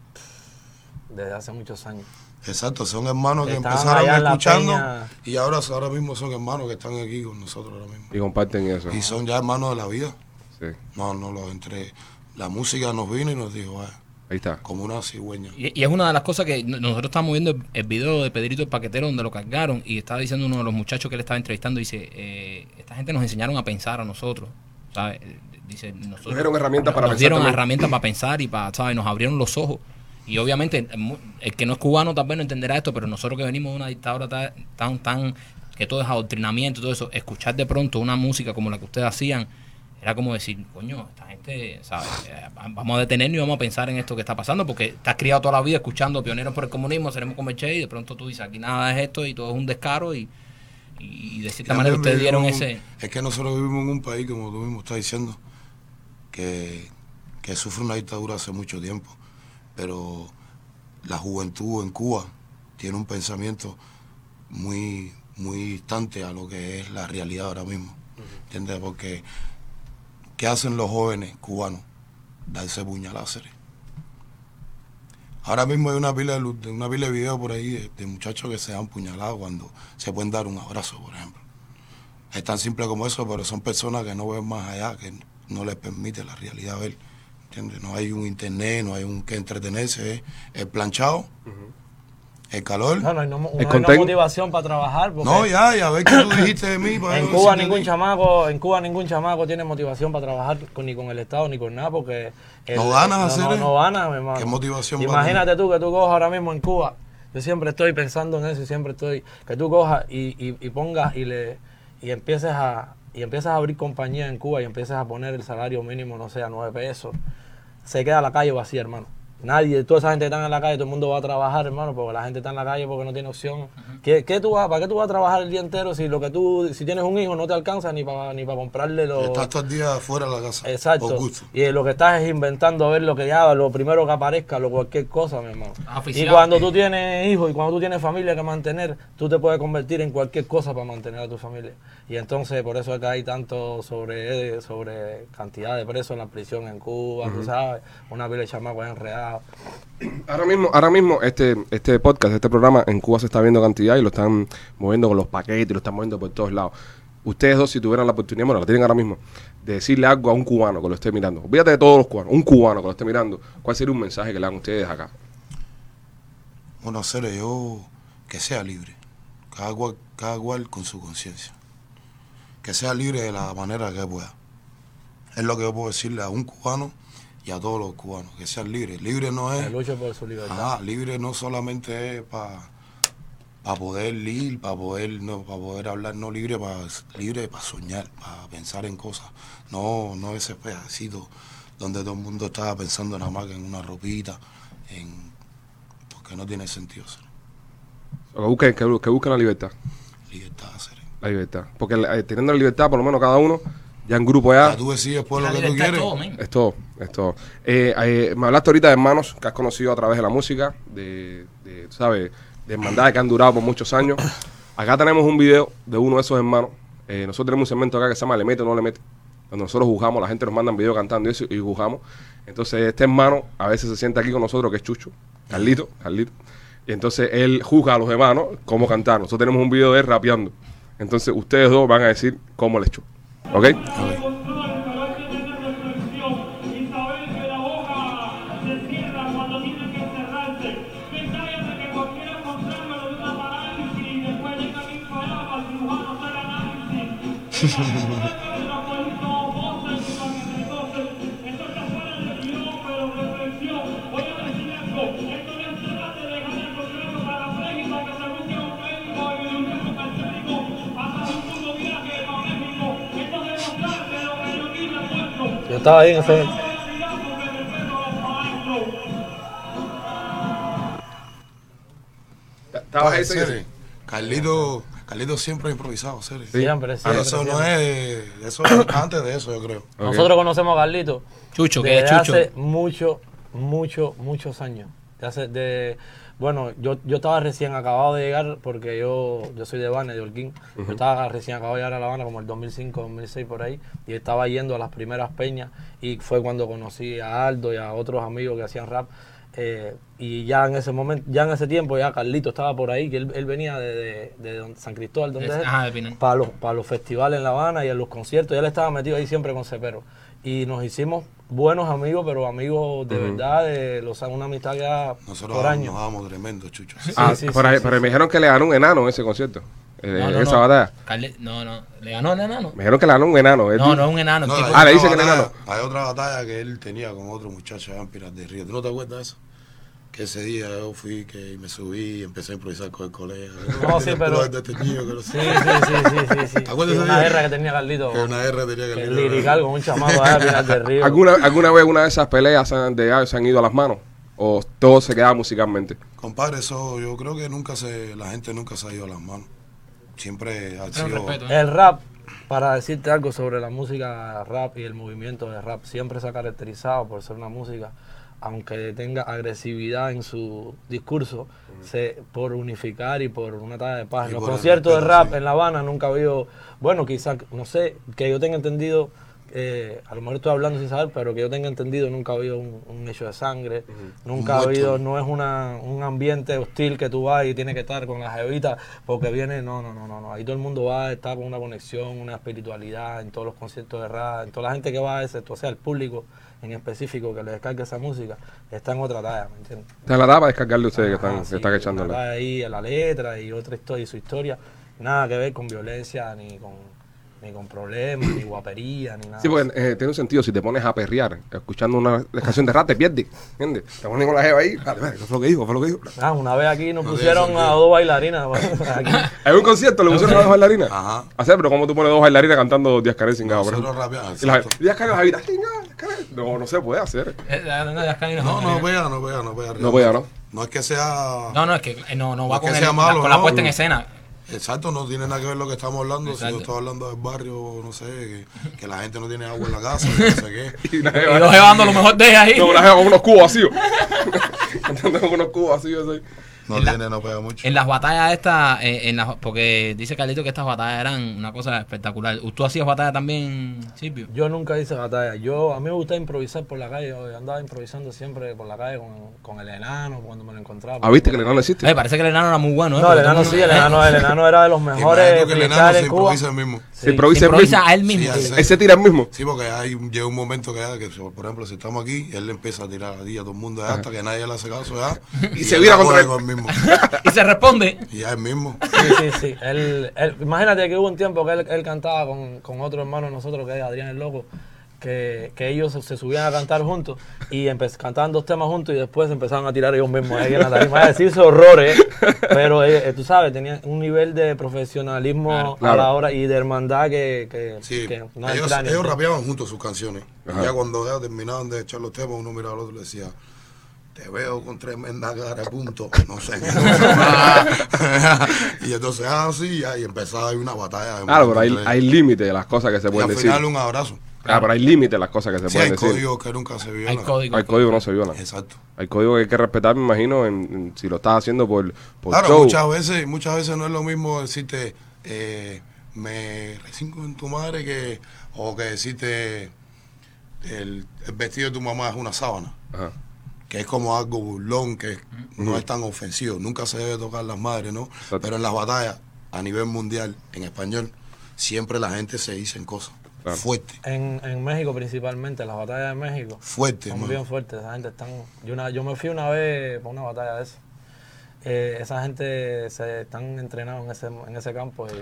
desde hace muchos años. Exacto, son hermanos que Estaban allá en empezaron la escuchando peña. y ahora, ahora mismo son hermanos que están aquí con nosotros ahora mismo. y comparten eso. Y son ya hermanos de la vida. Sí. No, no los entré. La música nos vino y nos dijo, "Ah, Ahí está. como una cigüeña. Y, y es una de las cosas que no- nosotros estábamos viendo el, el video de Pedrito el Paquetero donde lo cargaron y estaba diciendo uno de los muchachos que él estaba entrevistando, dice, eh, esta gente nos enseñaron a pensar a nosotros, ¿sabes? Eh, Dice, nosotros Nos dieron herramientas para nos pensar dieron también. herramientas para pensar y para, ¿sabes? Nos abrieron los ojos. Y obviamente el mu- el que no es cubano tal vez no entenderá esto, pero nosotros que venimos de una dictadura ta- tan, tan, que todo es adoctrinamiento y todo eso, escuchar de pronto una música como la que ustedes hacían, era como decir, coño, esta gente, ¿sabes? Eh, va- Vamos a detenernos y vamos a pensar en esto que está pasando, porque estás criado toda la vida escuchando pioneros por el comunismo, seremos como el Che, y de pronto tú dices, aquí nada es esto y todo es un descaro y, y de cierta manera También ustedes dieron vivimos en ese... un- Es que nosotros vivimos en un país, como tú mismo estás diciendo, que, que sufre una dictadura hace mucho tiempo. Pero la juventud en Cuba tiene un pensamiento muy, muy distante a lo que es la realidad ahora mismo. ¿Entiendes? Porque, ¿qué hacen los jóvenes cubanos? Darse puñalazos. Ahora mismo hay una pila de, lu- de- una pila de videos por ahí de, de muchachos que se han puñalado cuando se pueden dar un abrazo, por ejemplo. Es tan simple como eso, pero son personas que no ven más allá, que no les permite la realidad ver. ¿Entiendes? No hay un internet, no hay un que entretenerse. Es el planchado, el calor. No, no, hay no, uno hay content- no motivación para trabajar. porque No, ya, ya, a ver qué tú dijiste de mí. para En ver si Cuba te- ningún chamaco, en Cuba ningún chamaco tiene motivación para trabajar con- ni con el Estado ni con nada porque el- No ganas, no, hacer, no, ¿eh? no ganas, mi hermano. ¿Qué motivación va a Imagínate tú que tú cojas ahora mismo en Cuba. Yo siempre estoy pensando en eso y siempre estoy que tú cojas y, y- y pongas y le y empieces a y empiezas a abrir compañía en Cuba y empiezas a poner el salario mínimo no sé a nueve pesos. Se queda la calle vacía, hermano. Nadie, toda esa gente que está en la calle, todo el mundo va a trabajar, hermano, porque la gente está en la calle porque no tiene opción. ¿Qué, qué tú vas, ¿Para qué tú vas a trabajar el día entero si lo que tú, si tienes un hijo no te alcanza ni para ni para comprarle los, Estás todo el día fuera de la casa. Exacto. Por gusto. Y lo que estás es inventando a ver lo que ya, lo primero que aparezca, lo cualquier cosa, mi hermano. Ah, Y oficial. cuando tú tienes hijos y cuando tú tienes familia que mantener, tú te puedes convertir en cualquier cosa para mantener a tu familia. Y entonces por eso acá hay tanto sobre, sobre cantidad de presos en la prisión en Cuba, tú sabes, una pila de chamacos enredados. Ahora mismo, ahora mismo este, este podcast, este programa en Cuba se está viendo cantidad y lo están moviendo con los paquetes, y lo están moviendo por todos lados. Ustedes dos, si tuvieran la oportunidad, bueno, la tienen ahora mismo, de decirle algo a un cubano que lo esté mirando. Olvídate de todos los cubanos, un cubano que lo esté mirando. ¿Cuál sería un mensaje que le dan ustedes acá? Bueno, hacer yo que sea libre, cada cual, cada cual con su conciencia, que sea libre de la manera que pueda. Es lo que yo puedo decirle a un cubano y a todos los cubanos, que sean libres. Libre no que es, luchan por su libertad. ajá, libre no solamente es para poder ir, para poder, no, pa poder hablar, no libre para libre para soñar, para pensar en cosas. No, no ese pedacito donde todo el mundo estaba pensando nada más que en una ropita, en porque no tiene sentido. ¿sí? O que busquen, que, bu- que busquen la libertad. libertad hacer. La libertad. Porque eh, teniendo la libertad, por lo menos cada uno, ya en grupo ya, Ya tú decides por La lo que tú libertad es quieres. todo, men. Es todo, es todo. Eh, eh, me hablaste ahorita de hermanos que has conocido a través de la música, de, de, tú ¿sabes? De hermandades que han durado por muchos años. Acá tenemos un video de uno de esos hermanos. Eh, nosotros tenemos un segmento acá que se llama Le Mete o No Le Mete. Donde nosotros juzgamos, la gente nos manda un video cantando y eso y juzgamos. Entonces, este hermano a veces se sienta aquí con nosotros, que es Chucho, Carlito, Carlito. Y entonces él juzga a los hermanos cómo cantar. Nosotros tenemos un video de él rapeando. Entonces, ustedes dos van a decir cómo le echó. ¿Ok? Y saber que la boca se cierra cuando tiene que cerrarse. Yo estaba ahí en ese. ¿Estabas ahí, Cere, Cere? Carlito, Carlito siempre ha improvisado, Cere. Siempre, Ah, siempre, eso no siempre. es de- eso es antes de eso, yo creo. Ok. Nosotros conocemos a Carlito Chucho, que desde es Chucho. hace muchos, muchos, muchos años. De hace- de- bueno, yo, yo estaba recién acabado de llegar porque yo, yo soy de Habana, de Holguín. Yo estaba recién acabado de llegar a La Habana como el 2005, 2006 por ahí. Y estaba yendo a las primeras peñas y fue cuando conocí a Aldo y a otros amigos que hacían rap. Eh, y ya en ese momento, ya en ese tiempo, ya Carlito estaba por ahí, que él, él venía de, de- de don- San Cristóbal, donde Es- es él, ajá, de Pinal. para los, para los festivales en La Habana y en los conciertos. Ya él estaba metido ahí siempre con Cepero. Y nos hicimos buenos amigos, pero amigos de verdad, de los, una amistad que da Nosotros por nos años. dábamos tremendo, [LAUGHS] chucho. Ah, sí, sí, pero, sí, pero me dijeron que le ganó un enano en ese concierto. eh, En No, no, esa no. batalla. Carle- no, no. ¿Le ganó el enano? Me dijeron que le ganó un enano. él No, dijo- no, un enano. No, el tipo- Ah, le otra dice que no, batalla- no, Hay otra batalla que él tenía con otro muchacho allá en Piras del Río. ¿Tú no te acuerdas de eso? Que ese día yo fui, que me subí y empecé a improvisar con el colega. No, sí, pero- De este niño, que no Sí, sé. sí, sí, sí, sí, sí. ¿Te acuerdas Sí, de una ese? guerra que tenía Carlito. Que una R tenía que que leer. Lirical con un chamaco ah, allá al [LAUGHS] final del río. ¿Alguna, ¿Alguna vez una de esas peleas se han, de- se han ido a las manos? ¿O todo se queda musicalmente? Compadre, eso yo creo que nunca se, la gente nunca se ha ido a las manos. Siempre ha Pero sido. respeto, ¿eh? El rap, para decirte algo sobre la música rap y el movimiento de rap, siempre se ha caracterizado por ser una música, aunque tenga agresividad en su discurso, se, por unificar y por una tarea de paz. Y En los por el conciertos de respeto, rap sí. en La Habana nunca ha habido, bueno, quizás, no sé, que yo tenga entendido, eh, a lo mejor estoy hablando sin saber, pero que yo tenga entendido, nunca ha habido un, un hecho de sangre, nunca ha Mucho. habido, no es una, un ambiente hostil que tú vas y tienes que estar con las jevitas porque viene, no, no, no, no, no, ahí todo el mundo va a estar con una conexión, una espiritualidad en todos los conciertos de rap, en toda la gente que va a ese, o sea, el público en específico que le descarga esa música, está en otra talla, ¿me entiendes? Te la da para descargarle a ustedes que están, Ajá, que Ah, sí, están una echándole. talla ahí a la letra y otra historia y su historia, nada que ver con violencia ni con, ni con problemas, ni guapería, ni nada. Sí, porque eh, tiene un sentido. Si te pones a perrear escuchando una canción de rap, te pierdes. ¿Entiendes? Te pones con la jeva ahí. Vale, vale, ¿qué fue lo que dijo? ¿Qué fue lo que dijo? Ah, una vez aquí nos No tiene pusieron a sentido. dos bailarinas. [LAUGHS] aquí. En un concierto le pusieron a dos bailarinas. Ajá. Hacer, pero ¿cómo tú pones dos bailarinas cantando Díaz Canel sin cabo? por Nosotros ejemplo? rapeamos. Y las- exacto. Díaz Canel, las habitas. "Sí, no, Díaz Canel". No, no se puede hacer. Eh, no, no, No, no no, pega, no pega, no pega. No pega, ¿no? No es que sea. no, no, es que eh, no, no va No es que con, el- sea la- malo, con la ¿no? puesta en escena. Exacto, no tiene nada que ver lo que estamos hablando. Si Exacto. yo estaba hablando del barrio, no sé, que, que la gente no tiene agua en la casa, que no sé qué. Y la Y jeva- los llevando lo mejor de ella ahí. Eh, [LAUGHS] No, una jeva con unos cubos vacíos. [LAUGHS] Cantando con unos cubos vacíos así. No En la- tiene, no pega mucho. En las batallas estas, eh, en las, porque dice Carlito que estas batallas eran una cosa espectacular. ¿Tú hacías batalla también, Silvio? Yo nunca hice batalla. Yo, a mí me gustaba improvisar por la calle. Yo andaba improvisando siempre por la calle con, con el enano cuando me lo encontraba. Ah, viste que le no existe. Eh, parece que el enano era muy bueno. ¿eh? No, el Porque todo enano sí, el enano, el enano era de los mejores Imagínate que el enano freestyle se en Cuba. improvisa el mismo. Sí. Se improvisa, el improvisa mismo. a él mismo. Sí, Ese tira el mismo. Sí, porque hay, un- llega un momento que, ya que, por ejemplo, si estamos aquí, él le empieza a tirar a ti, a todo el mundo, ya, hasta que nadie le hace caso, ya. [LAUGHS] Y se él vira la contra coge él. con mismo. [LAUGHS] y se responde. Y ya es mismo. Sí, sí, sí. Él- él- imagínate que hubo un tiempo que él, él cantaba con, con otro hermano de nosotros, que es Adrián el Loco, que, que ellos se, se subían a cantar juntos y empe- cantaban dos temas juntos y después empezaban a tirar ellos mismos ahí en la tarima. Es decir, horrores, pero eh, eh, tú sabes, tenían un nivel de profesionalismo a Claro. la hora y de hermandad que, que, Sí, que no es ellos, extraño. ellos rapeaban juntos sus canciones. Ajá. Ya cuando ya terminaban de echar los temas, uno miraba al otro y le decía, te veo con tremenda cara, punto. No sé. [LAUGHS] qué cosa. y entonces, ah, sí, ya, y empezaba ahí una batalla. de Claro, Ah, pero hay, entre- hay límite de las cosas que se Y al pueden decir. final un abrazo. Ah, pero hay límite de las cosas que se Sí, hay pueden decir. códigos que nunca se Hay violan. código. Hay código que no se viola. Exacto. Hay código que hay que respetar, me imagino, en, en- si lo estás haciendo por, por Claro, show. muchas veces, muchas veces no es lo mismo decirte eh, me recingo en tu madre que o que decirte el, el vestido de tu mamá es una sábana, Ajá. que es como algo burlón, que no es tan ofensivo, nunca se debe tocar las madres, ¿no? Exacto. Pero en las batallas, a nivel mundial, en español, siempre la gente se dicen cosas Claro. fuerte, En, en México principalmente, en las batallas de México. fuerte, Son hermano. bien fuertes, esa gente están. Yo, una, yo me fui una vez para una batalla de eso. Eh, esa gente se están entrenados en ese, en ese campo y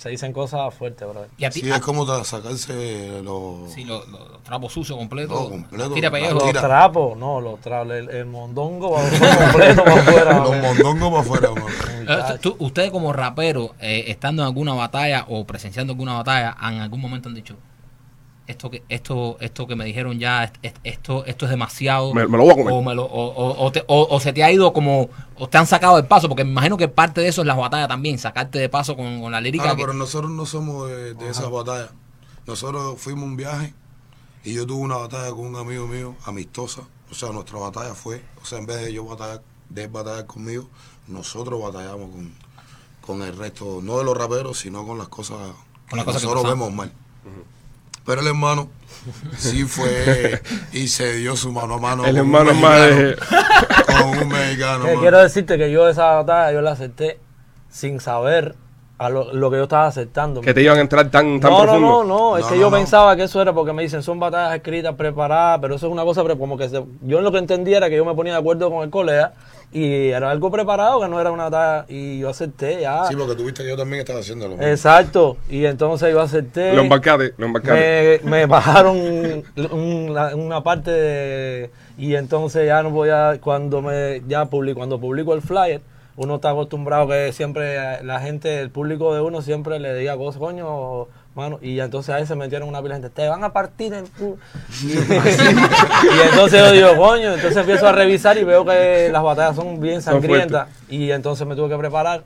se dicen cosas fuertes, brother. Y a ti, Sí, a- es como ta- sacarse los... sí, los lo, trapos sucios completos. No, completo, Tira claro. pellejo. Los Mira. trapos, no, los trapos, el, el mondongo va [LAUGHS] completo para afuera. [LAUGHS] los brother. mondongos para afuera, mano. Eh, tú- ustedes como rapero, eh, estando en alguna batalla o presenciando alguna batalla, en algún momento han dicho, esto que esto esto que me dijeron ya, est- est- esto esto es demasiado. Me- me lo voy a comer. O, me lo- o- o- o te- o- o se te ha ido como, o te han sacado del paso, porque me imagino que parte de eso es las batallas también, sacarte de paso con, con la lírica. Ah, que- pero nosotros no somos de, de esas batallas. Nosotros fuimos un viaje y yo tuve una batalla con un amigo mío, amistosa. O sea, nuestra batalla fue, o sea, en vez de yo batallar, de él batallar conmigo, nosotros batallamos con, con el resto, no de los raperos, sino con las cosas Con las que cosas que nosotros pasan. vemos mal. Pero el hermano [LAUGHS] sí fue y se dio su mano a mano. El con un hermano es más de- mexicano, Con un mexicano. Que mano. Eh, quiero decirte que yo esa batalla yo la acepté sin saber a lo, lo que yo estaba aceptando. Que te iban a entrar tan, tan no, profundo. no, no, no, es No, que no, yo no. pensaba que eso era porque me dicen son batallas escritas, preparadas, pero eso es una cosa, pero como que se- yo lo que entendía era que yo me ponía de acuerdo con el colega y era algo preparado, que no era una batalla, y yo acepté ya. Sí, porque tuviste que yo también estaba haciendo lo mismo. Exacto, y entonces yo acepté. Lo embarcaste, lo embarcaste. me, me bajaron un- la- una parte de- y entonces ya no podía cuando me ya publico cuando publico el flyer uno está acostumbrado que siempre la gente el público de uno siempre le diga cosas coño mano y entonces a veces me metieron una pila de gente te van a partir el cu-". [LAUGHS] y entonces yo digo coño entonces empiezo a revisar y veo que las batallas son bien Son sangrientas y entonces me tuve que preparar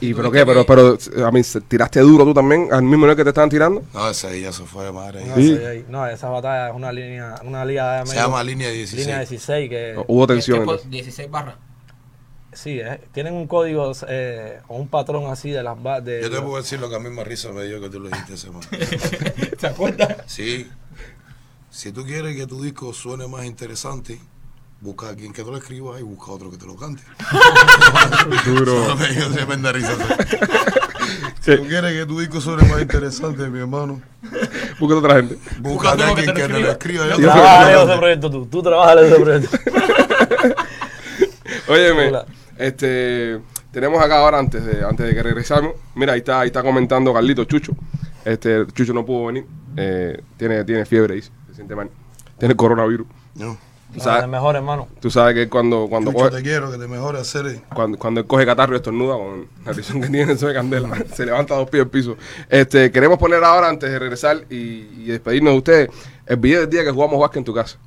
¿Y pero qué? Pero, pero a mí, se- ¿tiraste duro tú también al mismo nivel que te estaban tirando? No, ese día se fue de madre. No, Sí. soy ahí. No, esa batalla es una línea, una liga de Se medio- llama Línea 16. Línea 16 que Hubo que- que tensión. por entonces. 16 barras. sí, eh, tienen un código eh, o un patrón así de las ba- de Yo te puedo decir lo que a mí más risa me dio que tú lo dijiste ese man. ¿Te acuerdas? Sí. Si tú quieres que tu disco suene más interesante, busca a quien que te lo escriba y busca a otro que te lo cante. [LAUGHS] Duro. Eso [LAUGHS] me dio [LAUGHS] tremenda risa. Si tú quieres que tu disco suene más interesante, mi hermano, Busca otra gente. busca a alguien que te lo escriba. y otro que te lo Trabaja lejos de ese cante. proyecto tú, tú trabajas lejos de ese [LAUGHS] proyecto. Óyeme, Hola. este, tenemos acá ahora antes de, antes de que regresamos. Mira, ahí está, ahí está comentando Carlito Chucho. Este, Chucho no pudo venir. eh, tiene, tiene fiebre, dice. Se siente mal. Tiene coronavirus. No. Tú Ah, sabes, mejor hermano. tú sabes que cuando, cuando, Chucho, te coge, quiero que te mejore hacer eh, cuando, cuando él coge catarro y estornuda con la visión que tiene, [LAUGHS] eso de candela. Se levanta dos pies al piso. Este, queremos poner ahora, antes de regresar y, y despedirnos de ustedes, el video del día que jugamos básquet en tu casa.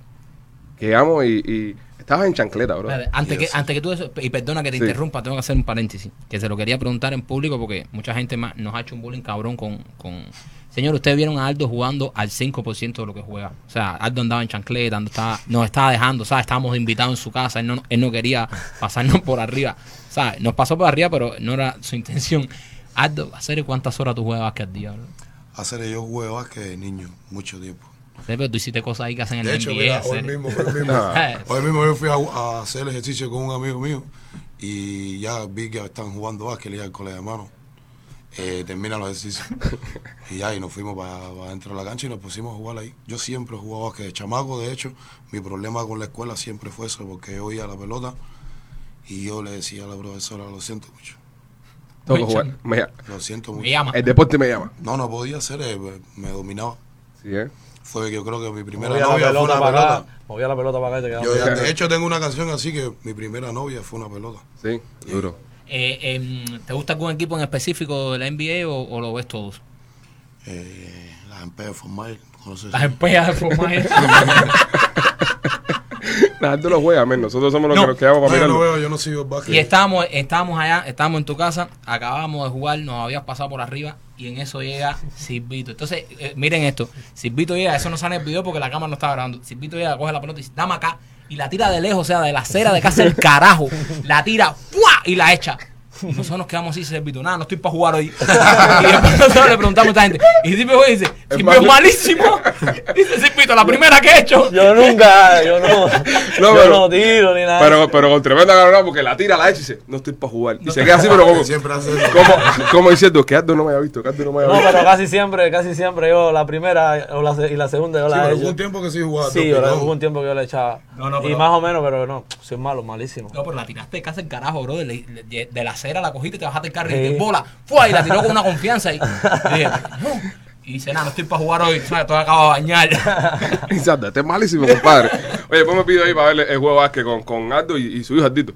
Que llegamos y, y estabas en chancleta, bro. Espérate, antes, que, antes que tú eso, y perdona que te Sí. interrumpa, tengo que hacer un paréntesis, que se lo quería preguntar en público porque mucha gente más nos ha hecho un bullying cabrón con... con... Señor, ustedes vieron a Aldo jugando al 5% de lo que juega. O sea, Aldo andaba en chancleta, Aldo estaba- nos estaba dejando, ¿sabes? Estábamos invitados en su casa, él no, él no quería pasarnos por arriba. ¿Sabes? Nos pasó por arriba, pero no era su intención. Aldo, ¿hacer cuántas horas tú juegas básquet al día? bro? hacer yo jugué básquet de niño, mucho tiempo. Sí, pero tú hiciste cosas ahí que hacen en De el hecho, NBA. mira, hoy hacer- mismo, hoy [LAUGHS] mismo, Ah. hoy mismo yo fui a, a hacer ejercicio con un amigo mío y ya vi que están jugando básquet, le dije al colega, hermano, eh, termina los ejercicios. y ya, y nos fuimos para, para dentro de la cancha y nos pusimos a jugar ahí. Yo siempre jugaba básquet de chamaco, de hecho, mi problema con la escuela siempre fue eso, porque yo oía la pelota y yo le decía a la profesora, lo siento mucho, Tengo que jugar. Me- lo siento Me mucho. llama. el deporte me llama. No, no podía hacer, eh, me- me dominaba. Sí, ¿eh? Fue que yo creo que mi primera Movía la novia fue pelota una para pelota. acá, movía la pelota para acá y te quedaba. Yo, ya- de hecho, tengo una canción así que mi primera novia fue una pelota. Sí, [LAUGHS] duro. Eh, em, ¿Te gusta algún equipo en específico de la NBA o, o lo ves [LAUGHS] todos? Eh, las empecé a formar. No sé si- Las empleas de formaje. Nada, tú lo juegas, men. Nosotros somos los No. que nos quedamos No, para yo no mirarlo. veo, yo no sigo el básquet. y estábamos, estábamos allá, estábamos en tu casa, acabamos de jugar, nos habías pasado por arriba y en eso llega Silvito. Entonces, eh, miren esto, Silvito llega, eso no sale en el video porque la cámara no estaba grabando. Silvito llega, coge la pelota y dice, dame acá. Y la tira de lejos, o sea, de la acera de casa el carajo. La tira, ¡fua! Y la echa. Y nosotros nos quedamos así, Silvito, nada, no estoy para jugar hoy. [LAUGHS] y después nosotros le preguntamos a esta gente. Y Silvito dice, Silvito es malísimo. Dice Silvito, la primera que he hecho. Yo nunca, yo [LAUGHS] no. No, yo pero- no tiro ni nada. Pero, pero con tremenda carrera porque la tira, la echa y dice, no estoy para jugar. Y se queda así, pero como, Siempre hace eso. como, como diciendo, que Ardo no me había visto, que Ardo no me había no, visto. pero casi siempre, casi siempre yo la primera o la, se- y la segunda yo Sí, la pero he hubo hecho. un tiempo que sí jugaba. Sí, Topi, yo la- ¿no? hubo un tiempo que yo la echaba. No, no, y pero- más o menos, pero no, soy malo, malísimo. No, pero la tiraste casi el carajo, bro. De, de- de la acera la cogiste, te bajaste el carro y Sí. dijiste, bola. Fue y la tiró [LAUGHS] con una confianza. Y, y dije, no. Y dice, nada, no estoy para jugar hoy. ¿sabes? Todavía acabo de bañar. [LAUGHS] Exacto, este es malísimo, compadre. Oye, Eh, después me pido ahí para ver el- el juego de básquet con, con Ardo y, y su hijo Ardito.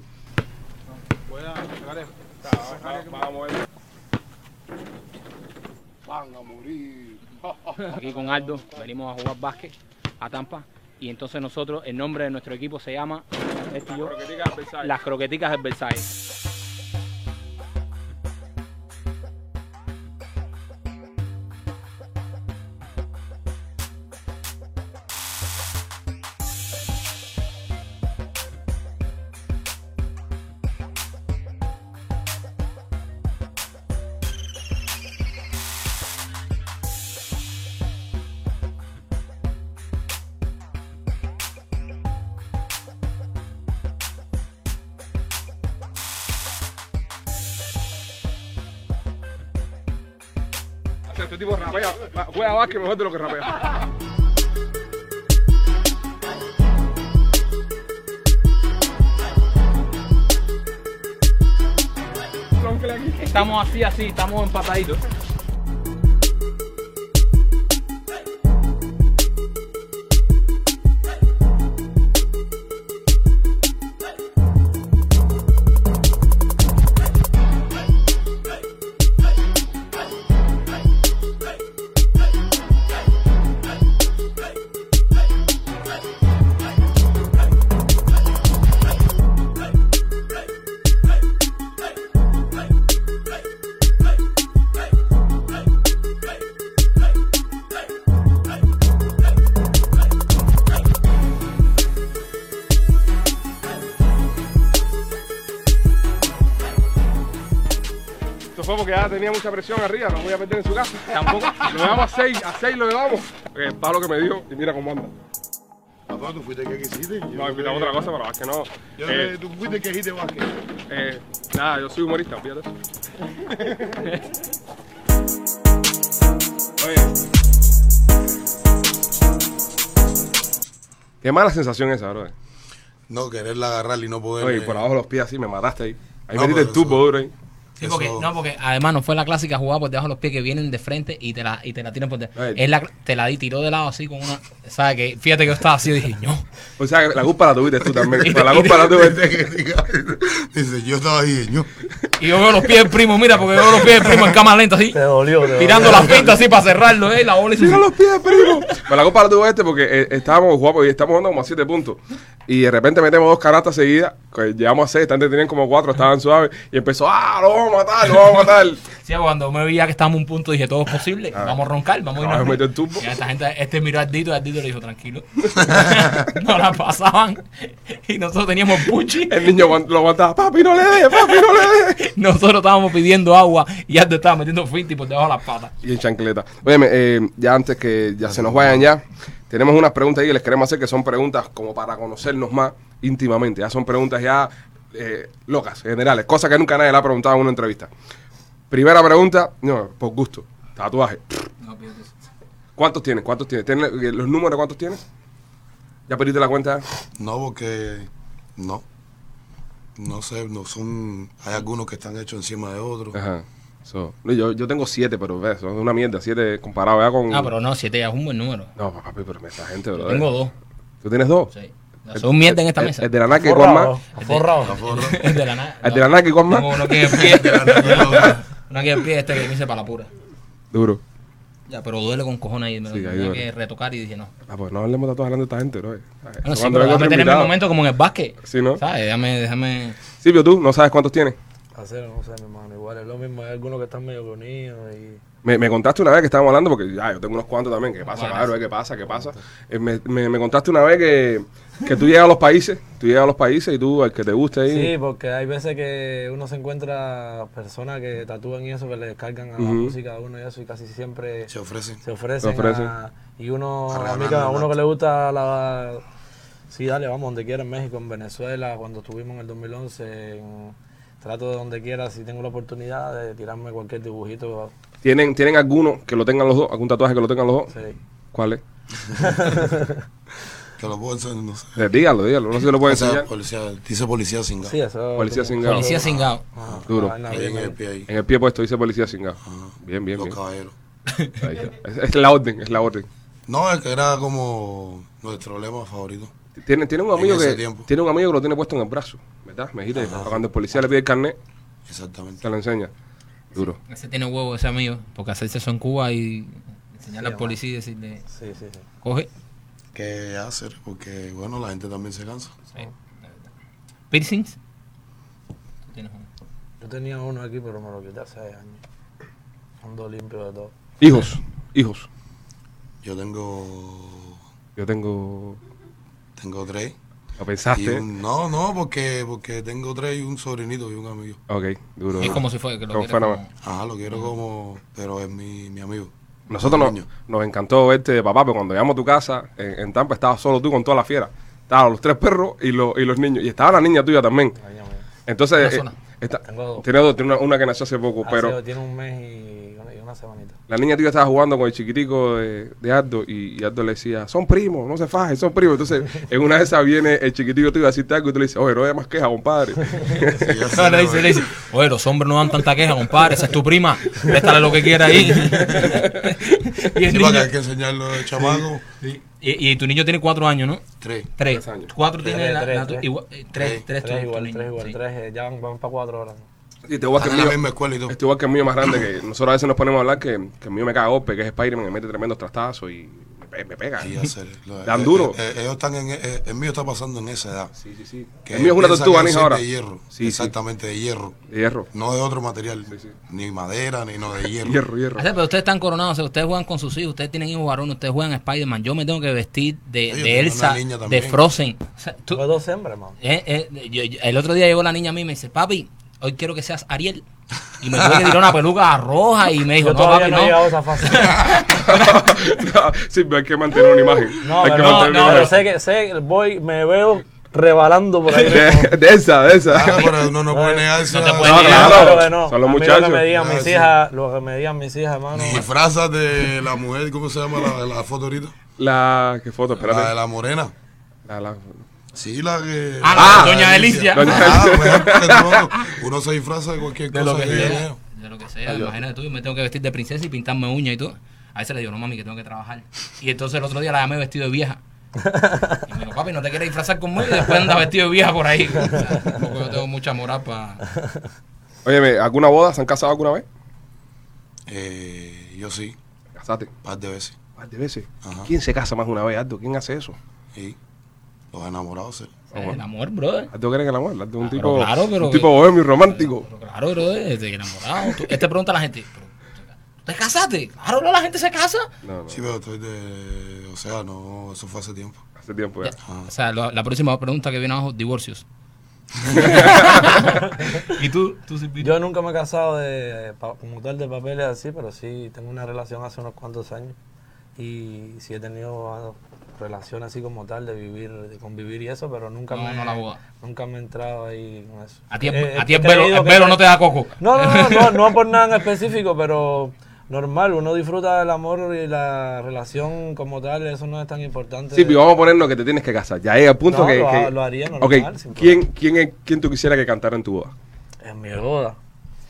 aquí con Aldo, venimos a jugar básquet a Tampa y entonces nosotros, el nombre de nuestro equipo se llama este y yo, Las Croqueticas del Versailles. Este tipo rapea, juega básquet mejor de lo que rapea. Estamos así, así, estamos empataditos. Esto fue porque ya tenía mucha presión arriba, lo voy a perder en su casa. Tampoco. [LAUGHS] Lo llevamos a 6, a 6 lo llevamos. Eh, El palo que me dio y mira cómo anda. Papá, tú fuiste el que quisiste. Yo No, invitamos sé- otra cosa, pero básquet no. Yo Eh, sé, tú fuiste el que dijiste básquet. Eh, nada, yo soy humorista, fíjate [LAUGHS] eso. Oye. Qué mala sensación esa, bro. No, quererla agarrar y no poder. Oye, eh, por abajo los pies así, me mataste ahí. Ahí No, metiste el pero Ah, eso- tubo, bro. ahí. Sí, [LAUGHS] porque, Eso- no, porque además no fue la clásica jugada por debajo de los pies que vienen de frente y te la, y te la tiran por debajo. Ay. Él la- te la di, tiró de lado así con una. ¿Sabes que Fíjate que yo estaba así y dije, no. O sea, que la culpa la tuviste tú [LAUGHS] también. pero la culpa la tuviste. Dice, yo estaba ahí, yo. Y yo veo los pies del primo, mira, porque yo veo los pies del primo en cámara lenta así, Te dolió, te dolió. tirando las pintas así para cerrarlo, ¿eh? La bola [LAUGHS] hizo Mira así. los pies, primo. Pero la culpa la tuvo este porque eh, estábamos guapos y estamos jugando como a 7 puntos. Y de repente metemos dos canastas seguidas. que llegamos a 6, antes tenían como 4, estaban suaves. Y empezó, ah, lo vamos a matar, lo vamos a matar. Sí, cuando me veía que estábamos a un punto, dije, todo es posible, vamos a roncar, vamos a irnos. Ah, me metió el arriba". turbo. Y esta gente, este miró a Ardito y Ardito le dijo, [LAUGHS] tranquilo. [LAUGHS] no la pasaban. Y nosotros teníamos [LAUGHS] puchi. El niño aguant- lo aguantaba, papi, no le dé, papi, no le dé. Nosotros estábamos pidiendo agua y Ardo estaba metiendo finti por debajo de las patas. Y en chancleta. Óyeme, eh, ya antes que ya se nos vayan ya, tenemos unas preguntas ahí que les queremos hacer que son preguntas como para conocernos más íntimamente. Ya son preguntas ya eh, locas, generales, cosas que nunca nadie le ha preguntado en una entrevista. Primera pregunta, no, por gusto, tatuaje. ¿Cuántos tienes? ¿Cuántos tienes? ¿Tienes eh, los números de cuántos tienes? ¿Ya perdiste la cuenta? No, porque. No. No sé, no son. Hay algunos que están hechos encima de otros. Ajá. So, no, yo, yo tengo siete, pero ve, son una mierda, siete comparado ya con... Ah, pero no, siete ya es un buen número. No, papi, pero eh, esta gente, bro. Tengo dos. ¿Tú tienes dos? Sí. Son mierda en esta El- mesa. El de la NAC y Juan Forrado, más. forrado. El de la nada. El eh, de la NAC y Juan más. Tengo uno aquí en el pie. Uno aquí en el pie, este que me hice para la pura. Duro. Ya, pero duele con cojones ahí. Me Sí, lo ahí tenía duele. que retocar y dije no. Ah, pues no hablemos de todas hablando de esta gente, bro. Ay, Bueno, cuando sí, pero venga déjame otro tener mi invitado. momento como en el básquet. Sí, ¿no? ¿Sabes? Déjame, déjame. Silvio, tú no sabes cuántos tienes. Hacer, no sé, mi hermano, igual es lo mismo. Hay algunos que están medio brunidos y. Me, me contaste una vez que estábamos hablando, porque ya, yo tengo unos cuantos también. ¿Qué pasa, Bueno, cabrón? ¿Qué pasa? ¿Qué pasa? Eh, me, me, me contaste una vez que, que tú llegas a los países, tú llegas a los países y tú, al que te guste ahí. Sí, porque hay veces que uno se encuentra personas que tatúan y eso, que le descargan a la música a uno y eso, y casi siempre Se se, ofrecen. ofrecen. Se ofrecen. a- y uno, A a, mí regalarle que- a un uno que acto. le gusta la, Sí, dale, vamos donde quiera, en México, en Venezuela, cuando estuvimos en el 2011, en- trato de donde quiera, si tengo la oportunidad de tirarme cualquier dibujito. ¿Tienen, ¿Tienen alguno que lo tengan los dos? ¿Algún tatuaje que lo tengan los dos? Sí. ¿Cuál es? Que lo puedo enseñar, no sé. Eh, dígalo, dígalo. No sé si lo pueden O sea, enseñar. policía, dice policía sin Sí, eso. Policía sin gao. gao. Policía cingado. Duro. Ah, Ahí en el pie ahí. En el pie puesto dice policía sin gas. Bien, bien, Los bien. caballeros. Ahí está. Es, es la orden, es la orden. No, es que era como nuestro lema favorito. Tiene, tiene un En amigo ese que tiempo. tiene un amigo que lo tiene puesto en el brazo, ¿verdad? Me dijiste, cuando el policía le pide el carnet, Exactamente. se lo enseña. Duro. Ese tiene huevo, ese amigo. Porque hacerse eso en Cuba y enseñarle Sí, al policía y decirle, Sí, sí, sí. coge. ¿Qué hacer? Porque, bueno, la gente también se cansa. ¿Piercings? Tú tienes uno. Yo tenía uno aquí, pero me lo quité hace años. Ando limpio de todo. Hijos, hijos. Yo tengo, Yo tengo. tengo tres. ¿Lo Ah, Y pensaste? un- no, no, porque, porque tengo tres y un sobrinito y un amigo. Ok, duro. Es duro. como si fuera que lo Como quieres fuera- [LAUGHS] como- Ajá, lo quiero como, pero es mi, mi amigo. Nosotros Un nos, niño. nos encantó verte, papá, pero cuando llegamos a tu casa, en, en Tampa estabas solo tú con toda la fiera. Estaban los tres perros y, los- y los niños. Y estaba la niña tuya también. Año mío. Entonces, eh, Una sola. está- Tengo dos. Ah, tiene dos, tiene una, una que nació hace poco, Hace- pero tiene un mes y una, y una semanita. la niña tuya estaba jugando con el chiquitico de, de Ardo y, y Ardo le decía, son primos, no se fajes, son primos. Entonces, en una de esas viene el chiquitico tuyo a decirte algo y tú le dices, oye, no hay más queja, compadre. Sí, ya [LAUGHS] sé, No, Ah, le ¿no? dice, le dice, oye, los hombres no dan tanta queja, compadre, esa es tu prima, préstale lo que quiera ahí. y, el Sí, niño- porque hay que enseñarlo de chamaco. y- y tu niño tiene cuatro años, ¿no? Tres. Tres. Tres años. Cuatro Tres, tiene la, tres, la tu- tres. igual- eh, tres, tres, tu- Tres tu igual, niño, tres igual, sí. tres. eh, Ya van, van para cuatro horas. Y te voy a Están en la misma escuela y todo. Este igual que el mío más grande, que nosotros a veces nos ponemos a hablar que, que el mío me caga a golpe, que es Spider-Man, me mete tremendos trastazos y me, pe- me pega. Sí, ya sé, lo- Dan eh, duro. eh, eh, ellos están en, eh, el mío está pasando en esa edad. Sí, sí, sí. Que El mío es una piensan tortuga, que Nis, es ahora. De hierro. Sí, sí. Exactamente, de hierro. De hierro. No de otro material. sí. Ni madera, ni no de hierro. Hierro, [LAUGHS] hierro. [LAUGHS] O sea, pero ustedes están coronados, o sea, ustedes juegan con sus hijos, ustedes tienen hijos varones, ustedes juegan a Spider-Man. Yo me tengo que vestir de, de Oye, tú eres una Elsa, niña de también. Frozen. O sea, tú- Tengo dos hembras, man. eh, eh, yo- yo- el otro día llegó la niña a mí y me dice, papi, hoy quiero que seas Ariel. Y me tuve que tirar una peluca roja y me dijo, Yo no, todavía papi, no he no. llegado a [LAUGHS] esa fase. No, sí, pero hay que mantener una imagen. No, hay que pero, no, mantener no, una imagen. pero sé que sé, que voy, me veo rebalando [LAUGHS] por ahí. De, de esa, de esa. Ah, pero uno no puede negar esa. te puede No, negar. claro. Claro que no. Son los A mí Lo muchachos. que me digan Ah, mis sí. hijas, lo que me digan mis hijas, hermano. Ni disfrazas de la mujer, ¿cómo se llama la, la foto ahorita? La. ¿Qué foto? La de Espérate. la morena. La, la- Sí, la que. Ah, la no, doña Delicia. Ah, pues, no, uno se disfraza de cualquier cosa que, de, viene. Pues, eh, de lo que sea, imagínate tú, yo me tengo que vestir de princesa y pintarme uña y todo. A veces le digo, no mami, que tengo que trabajar. Y entonces el otro día la llamé vestido de vieja. Y me dijo, papi, no te quieres disfrazar conmigo y después andas vestido de vieja por ahí. O sea, tampoco yo tengo mucha moral para... Óyeme, ¿alguna boda? ¿Se han casado alguna vez? Eh, yo sí, Casate. un par de veces. Un par de veces. Ajá. ¿Quién se casa más de una vez, Aldo? ¿Quién hace eso? Y los enamorados. sí. El amor, brother. Aldo cree en el amor. Aldo es un Ah, pero tipo. claro, pero un que- tipo bohemio y romántico. Pero claro, brother, este enamorado. Tú- Este pregunta a la gente, "¿Pero tú ¿te casaste? Claro, bro, la gente se casa. No, no. Sí, pero estoy de. O sea, no, eso fue hace tiempo. Hace tiempo ya. O sea, lo- la próxima pregunta que viene abajo, divorcios. y tú, tú sí, Yo nunca me he casado de, pa- como tal de papeles así, pero sí tengo una relación hace unos cuantos años. Y sí he tenido ah, relaciones así como tal de vivir, de convivir y eso, pero nunca No, me no la boda. nunca me he entrado ahí con eso. A ti, Eh, el- a ti el he creído velo, el que- velo no te da coco. No, no, no, no, no por nada en específico, pero normal, uno disfruta del amor y la relación como tal, eso no es tan importante. Sí, pero vamos a ponernos que te tienes que casar. Ya llega el punto No, que, lo ha- que- lo haría normal, Ok, sin ¿quién, quién, es- ¿quién tú quisiera que cantara en tu boda? En mi boda.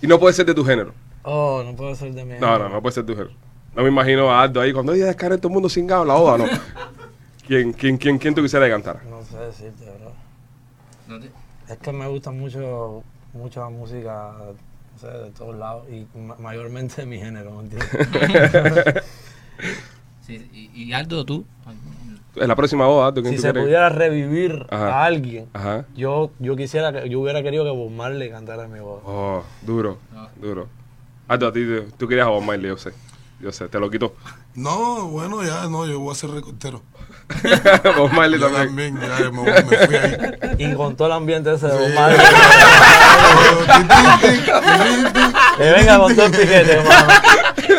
Y no puede ser de tu género. Oh, no puedo ser de mi No, no, no puede ser tu género. No me imagino a Aldo ahí cuando ella descarga todo el mundo sin gabla, boda, no. [LAUGHS] ¿Quién, quién, quién, ¿Quién tú quisieras que cantara? No sé decirte, bro. No te- Es que me gusta mucho, mucha música, no sé, de todos lados y ma- mayormente de mi género, [LAUGHS] ¿me entiendes? Sí, y, y Aldo, tú. En la próxima boda, Aldo, ¿quién si tú se quieres? pudiera revivir Ajá. a alguien, Ajá. yo, yo quisiera, que- yo hubiera querido que Bob Marley cantara en mi boda. Oh, duro, Ah. duro. Aldo, a ti te- tú querías a Bob Marley, yo sé. Yo sé, te lo quito. No, bueno, ya no, yo voy a ser recortero. [LAUGHS] Bob Marley Yo también. también, ya me, voy- me fui ahí. [LAUGHS] Y con todo el ambiente ese de Sí. Bob Marley, Tin, tin, tin, tin, tin. que venga con todo el piquete, hermano.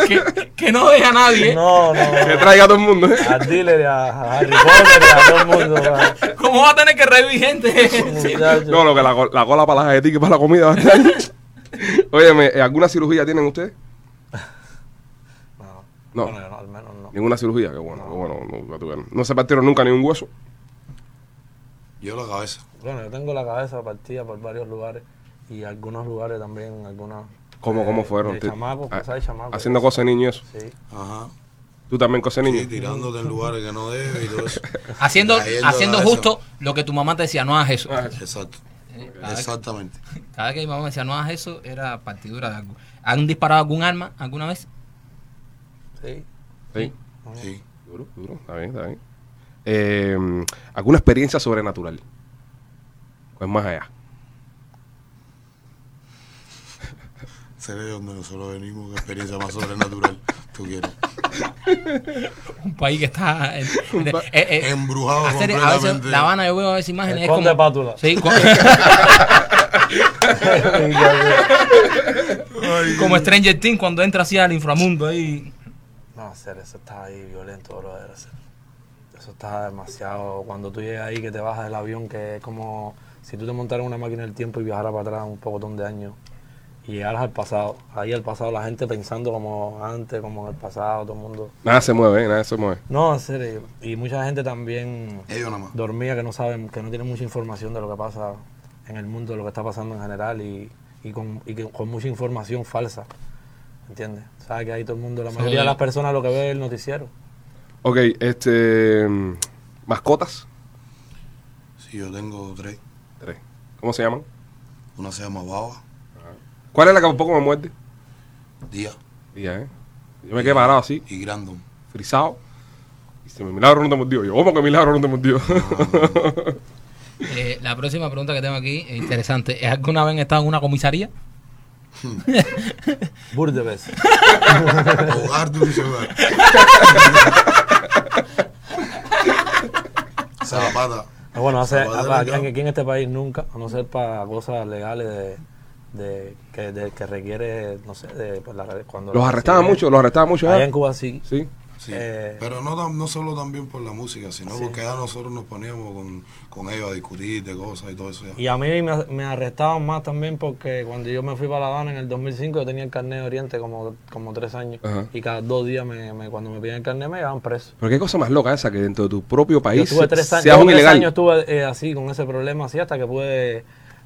que, que no deja a nadie. ¿eh? No, no. [LAUGHS] Que traiga a todo el mundo. ¿eh? A dealer, a Harry Potter, y a todo el mundo. va. ¿Cómo va a tener que revivir gente? Muchachos. No, lo que la, go- la cola para las galletas y para la comida. [LAUGHS] Oye, eh, ¿alguna cirugía tienen ustedes? No. No. Bueno, yo no, al menos no. Ninguna cirugía, qué bueno, qué bueno. No, la tuvieron. no se partieron nunca ni un hueso. Yo la cabeza. Bueno, yo tengo la cabeza partida por varios lugares y algunos lugares también, algunas. ¿Cómo, cómo fueron? De Te- chamacos, ah, cosas de chamacos. Haciendo cosas de niño y eso. Sí. Ajá. ¿Tú también cosas de Sí, niño? tirándote en lugares que no debes y todo eso. Haciendo, Cayendo haciendo a eso. Ah. justo lo que tu mamá te decía, no hagas eso. Exacto. cada vez- Exactamente. Cada vez que mi mamá me decía, no hagas eso, era partidura de algo. ¿Han disparado algún arma alguna vez? Sí. Sí. Sí. Duro, duro. Está bien, está bien. Eh, ¿Alguna experiencia sobrenatural? Pues más allá. Seré de donde nosotros venimos, que experiencia más sobrenatural tú quieres. Un país que está... [LAUGHS] en- en- pa- eh, eh, Embrujado hacer- a veces completamente. La Habana, yo veo a veces imágenes. El es conde como- Pátula. Sí, [LAUGHS] co- como Stranger Things cuando entra así al inframundo ahí. [LAUGHS] No, hacer eso está ahí violento, brother. hacer. Eso está demasiado. Cuando tú llegas ahí, que te bajas del avión, que es como si tú te montaras en una máquina del tiempo y viajaras para atrás un pocotón de años y llegaras al pasado. Ahí al pasado, la gente pensando como antes, como en el pasado, todo el mundo. Nada se mueve, ¿eh? nada se mueve. No, en serio. Y mucha gente también Ellos nada más. dormía que no saben, que no tienen mucha información de lo que pasa en el mundo, de lo que está pasando en general y, y con, y que- con mucha información falsa. ¿Entiendes? Sabes que ahí todo el mundo, la mayoría de las personas lo que ve es el noticiero. Ok, este. mm, ¿Mascotas? Sí, yo tengo tres. Tres. ¿Cómo se llaman? Una se llama Baba, ¿Cuál es la que tampoco me muerde? Día Día, ¿eh? Yo me quedé parado así, y Grandon. frisado. Y se me milagro no te mordió. Yo, ¿cómo que milagro no te mordió? Eh, la próxima pregunta que tengo aquí es interesante. ¿Es ¿Alguna vez han estado en una comisaría? Burdebes. Hogar dulce hogar. Zapata. Bueno, hace, Salvador, aquí, en- ya. aquí en este país nunca, a no ser para cosas legales de, de- que, de- que requiere, no sé, de, pues, la- [LAUGHS] cuando... los la- arrestaban si- mucho, los arrestaban mucho. Allá ¿eh? en Cuba sí. Sí. Sí. Eh, Pero no, tam- no solo también por la música, sino porque ya nosotros nos poníamos con, con ellos a discutir de cosas y todo eso. Ya. Y a mí me, me arrestaban más también porque cuando yo me fui para La Habana en el 2005 yo tenía el carnet de Oriente como, como tres años Ajá. y cada dos días me, me- cuando me piden el carnet me llevaban preso. Pero qué cosa más loca esa que dentro de tu propio Yo país estuve tres años, seas yo un tres ilegal. años estuve eh, así con ese problema así hasta que pude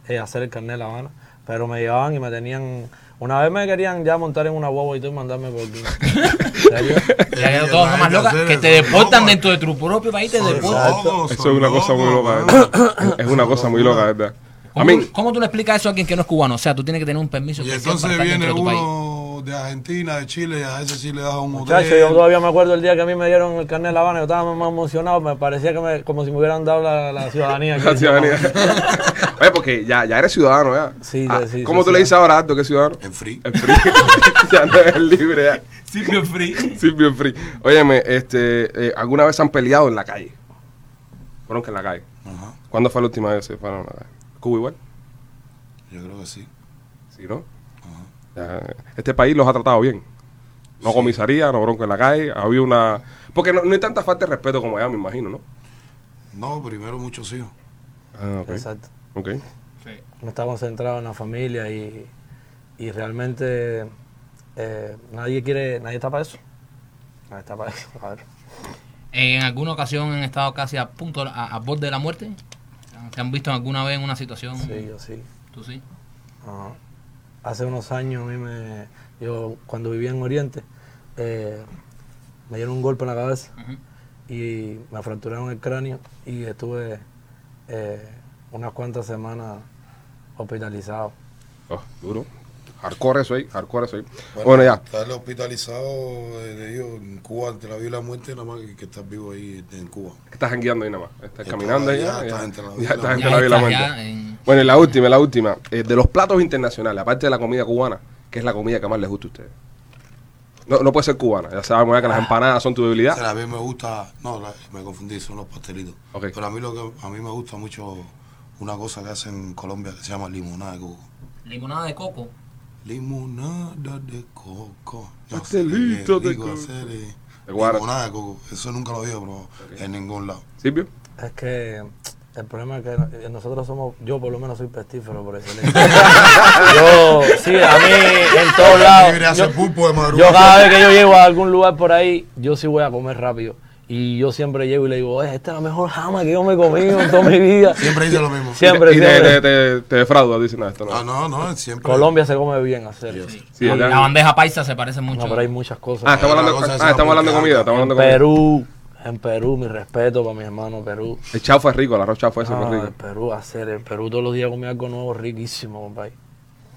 eh, hacer el carnet de La Habana. Pero me llevaban y me tenían... Una vez me querían ya montar en una guagua y todo y mandarme por [LAUGHS] aquí. ¿Serio? Ya Eh, quedó todo hay más que loca hacer que eso. te deportan Vamos. dentro de tu propio país, te Son deportan. locos, Eso son es una cosa muy locos, loca. mano. ¿verdad? es una cosa muy loca, ¿verdad? A ¿Cómo, mí, cómo tú le explicas eso a alguien que no es cubano? O sea, tú tienes que tener un permiso Y especial para entonces estar viene dentro de tu país. uno de Argentina, de Chile, y a ese sí le das un hotel. Muchacho, yo todavía me acuerdo el día que a mí me dieron el carnet de La Habana, yo estaba más emocionado, me parecía que me- como si me hubieran dado la, la ciudadanía. aquí. la ciudadanía. [LAUGHS] Oye, porque ya, ya eres ciudadano, ¿ya? Sí, Ah, sí, ¿Cómo sí, tú le sí. dices ahora, Aldo, que es [LAUGHS] ciudadano? En free. Es free. ya no es libre, ya. Silvio Free. Silvio Free. Óyeme, este, eh, ¿alguna vez han peleado en la calle? Fueron que en la calle. Ajá, ¿Cuándo fue la última vez que se fueron en la calle? ¿Cuba igual? yo creo que sí. Sí, ¿no? Ajá. Ya, Este país los ha tratado bien. No comisaría, no bronca en la calle. Había una. Porque no, no hay tanta falta de respeto como allá, me imagino, ¿no? No, primero muchos hijos. Ah, ok. Exacto. Ok. no está concentrado en la familia y, y realmente eh, nadie quiere, nadie está para eso. Nadie está para eso. A ver. ¿En alguna ocasión han estado casi a punto, a, a borde de la muerte? ¿Te han visto alguna vez en una situación? Sí, yo sí. ¿Tú sí? Ajá. Hace unos años a mí me, yo cuando vivía en Oriente, eh, me dieron un golpe en la cabeza Ujú. y me fracturaron el cráneo y estuve eh, unas cuantas semanas hospitalizado. Oh, duro. Hardcore eso ahí, hardcore eso ahí. Bueno, ya. Estar hospitalizado eh, de ellos en Cuba, ante la vida y la muerte, nada más que, que estás vivo ahí en Cuba. Estás jangueando ahí nada más. Estás Está caminando ahí. ya, Ya, estás ya, entre la Ya vida. estás entre Ya la vida y la estás muerte. ya en- Bueno, y la última, la última. Eh, de los platos internacionales, aparte de la comida cubana, ¿qué es la comida que más les gusta a ustedes? No, no puede ser cubana. Ya sabemos ya que las empanadas son tu O debilidad. sea, a mí me gusta, no, la- me confundí, son los pastelitos. Ok. Pero a mí lo que a mí me gusta mucho una cosa que hacen en Colombia que se llama limonada de coco. Limonada de coco. Limonada de coco. Pastelito de coco. De guara. eh, Limonada de coco. Eso nunca lo había probado en ningún lado. ¿Silvio? Es que el problema es que no- nosotros somos, yo por lo menos soy pestífero por eso. [LAUGHS] yo, sí, a mí en todos Libre lados. hace Yo, pulpo de madrugada. yo cada vez que yo llego a algún lugar por ahí, yo sí voy a comer rápido. Y yo siempre llego y le digo, "Eh, esta es la mejor jama que yo me he comido en toda mi vida. Siempre dice lo mismo. Siempre, y te, siempre. te, te, te defrauda, dicen no, esto no. Ah, no, no, siempre. Colombia se come bien hacer. Sí, la, allá- la bandeja paisa se parece mucho. No, pero hay muchas cosas. Ah, estamos Otra hablando, cosa ah, es la estamos hablando de comida. porcada. Estamos en hablando de comida. Perú, en Perú, mi respeto para mis hermanos Perú. El chaufa es rico, el arroz chaufa ese Ah, es rico. en Perú, hacer, en Perú todos los días comía algo nuevo riquísimo, compadre.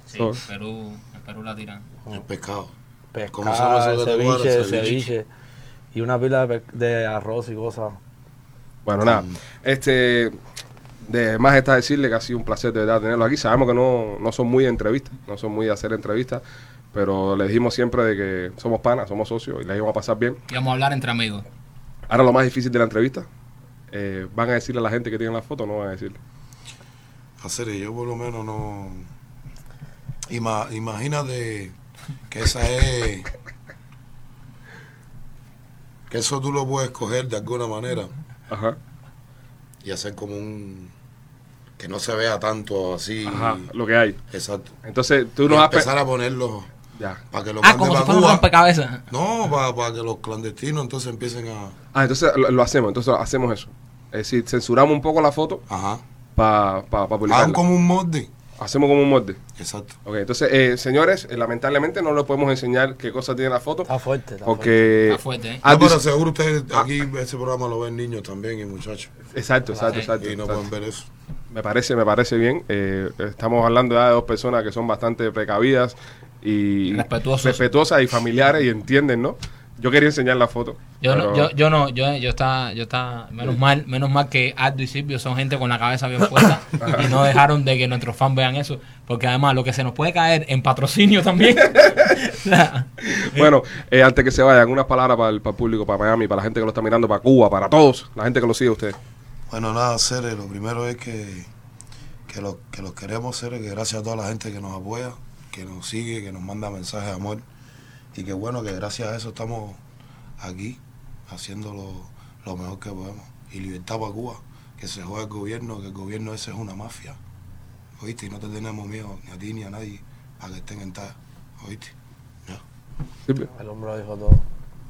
Sí, Todo. Perú, en Perú la tiran. El pescado. ¿Cómo se llama Pescado, eso que te guarda? Pues, ceviche, Ceviche. ceviche. Y una pila de, pe- de arroz y cosas. Bueno, nada. Este, de más está decirle que ha sido un placer de verdad tenerlo aquí. Sabemos que no, no son muy de entrevistas, no son muy de hacer entrevistas, pero le dijimos siempre de que somos panas, somos socios y la íbamos a pasar bien. Y vamos a hablar entre amigos. Ahora lo más difícil de la entrevista, eh, ¿van a decirle a la gente que tiene la foto o no van a decirle? Hacer, yo por lo menos no. Ima- imagínate que esa es. Que eso tú lo puedes coger de alguna manera Ajá. y hacer como un. Que no se vea tanto así. Ajá, lo que hay. Exacto. Entonces, tú Y nos has... pe- empezar a ponerlo Ya. para que lo Ah, manden como si para fuera un Cuba. rompecabezas. No, para, para que los clandestinos entonces empiecen a. Ah, entonces lo, lo hacemos, entonces hacemos eso. Es decir, censuramos un poco la foto Ajá. para pa, pa publicarla. Hagan como un molde. Hacemos como un molde. Exacto. Ok, entonces, eh, señores, eh, lamentablemente no les podemos enseñar qué cosa tiene la foto. Está fuerte, está fuerte. Porque. Está fuerte, ¿eh? Ah, No, pero dice- seguro ustedes aquí ese programa lo ven niños también y muchachos. Exacto, exacto, exacto. Y no exacto. pueden ver eso. Me parece, me parece bien. Eh, estamos hablando ya de dos personas que son bastante precavidas y Respetuosos. respetuosas y familiares y entienden, ¿no? Yo quería enseñar la foto. Yo, no, pero- yo, yo no, yo, yo está, yo está, menos mal, menos mal que Aldo y Silvio son gente con la cabeza bien puesta y no dejaron de que nuestros fans vean eso, porque además lo que se nos puede caer en patrocinio también. O sea, Bueno, eh, antes que se vaya, algunas palabras para el, para el público, para Miami, para la gente que lo está mirando, para Cuba, para todos, la gente que lo sigue a usted. Bueno, nada, Cere, lo primero es que, que, lo, que los queremos, Cere, que gracias a toda la gente que nos apoya, que nos sigue, que nos manda mensajes de amor. Y que bueno, que gracias a eso estamos aquí, haciendo lo, lo mejor que podemos. Y libertad para Cuba, que se juega el gobierno, que el gobierno ese es una mafia. ¿Oíste? Y no te tenemos miedo, ni a ti ni a nadie, a que estén en talla. ¿Oíste? Ya. Silvio, El hombre lo dijo todo.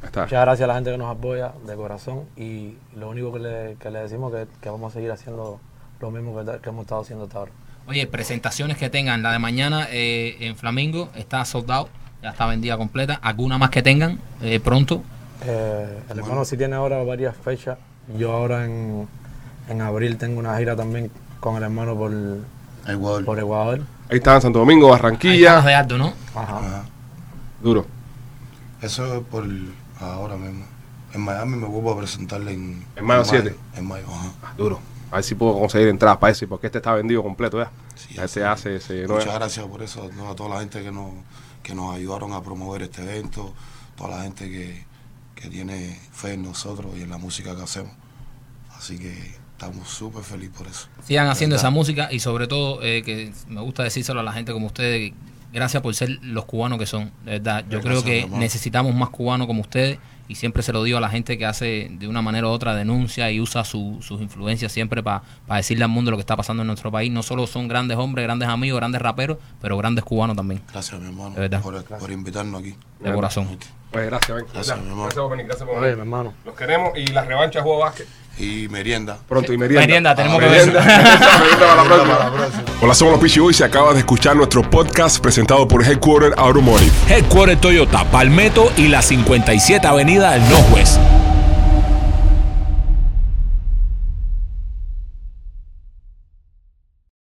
ahí está. Muchas gracias a la gente que nos apoya de corazón y lo único que le, que le decimos es que, que vamos a seguir haciendo lo mismo que, que hemos estado haciendo hasta ahora. oye, presentaciones que tengan, la de mañana eh, en Flamingo está soldado, ya está vendida completa, alguna más que tengan eh, pronto. Eh, el hermano sí tiene ahora varias fechas. Yo ahora en, en abril tengo una gira también con el hermano por, Igual. por Ecuador. Ahí está en Santo Domingo, Hay ganas Barranquilla. de Aldo, ¿no? Ajá. Ajá. eh. Duro. Eso es por ahora mismo. En Miami me vuelvo a presentarle en... En mayo siete. En mayo, ajá. Duro. A ver si puedo conseguir entradas para ese, porque este está vendido completo ya. Sí, Ya se hace, se no es- Muchas gracias por eso, ¿no? a toda la gente que nos, que nos ayudaron a promover este evento, toda la gente que, que tiene fe en nosotros y en la música que hacemos. Así que estamos súper felices por eso. Sigan haciendo esa música y sobre todo eh, que me gusta decírselo a la gente como ustedes, que gracias por ser los cubanos que son, de verdad. Yo Gracias, creo que hermano. necesitamos más cubanos como ustedes y siempre se lo digo a la gente que hace de una manera u otra denuncia y usa su- sus influencias siempre para decirle al mundo lo que está pasando en nuestro país. No solo son grandes hombres, grandes amigos, grandes raperos, pero grandes cubanos también, Gracias, mi hermano, De verdad. por, por invitarnos aquí. de corazón. Pues gracias, ven. Gracias, mi amor. por venir, gracias por Oye, mi hermano. Los queremos y la revancha de Juego Vázquez. Y merienda. Pronto y merienda. Merienda, tenemos que Merienda. [LAUGHS] Merienda para la próxima. Para la próxima. Hola, somos los Pichi y se acaba de escuchar nuestro podcast presentado por Headquarter Automotive. Headquarter Toyota, Palmetto y la 57 Avenida del Northwest.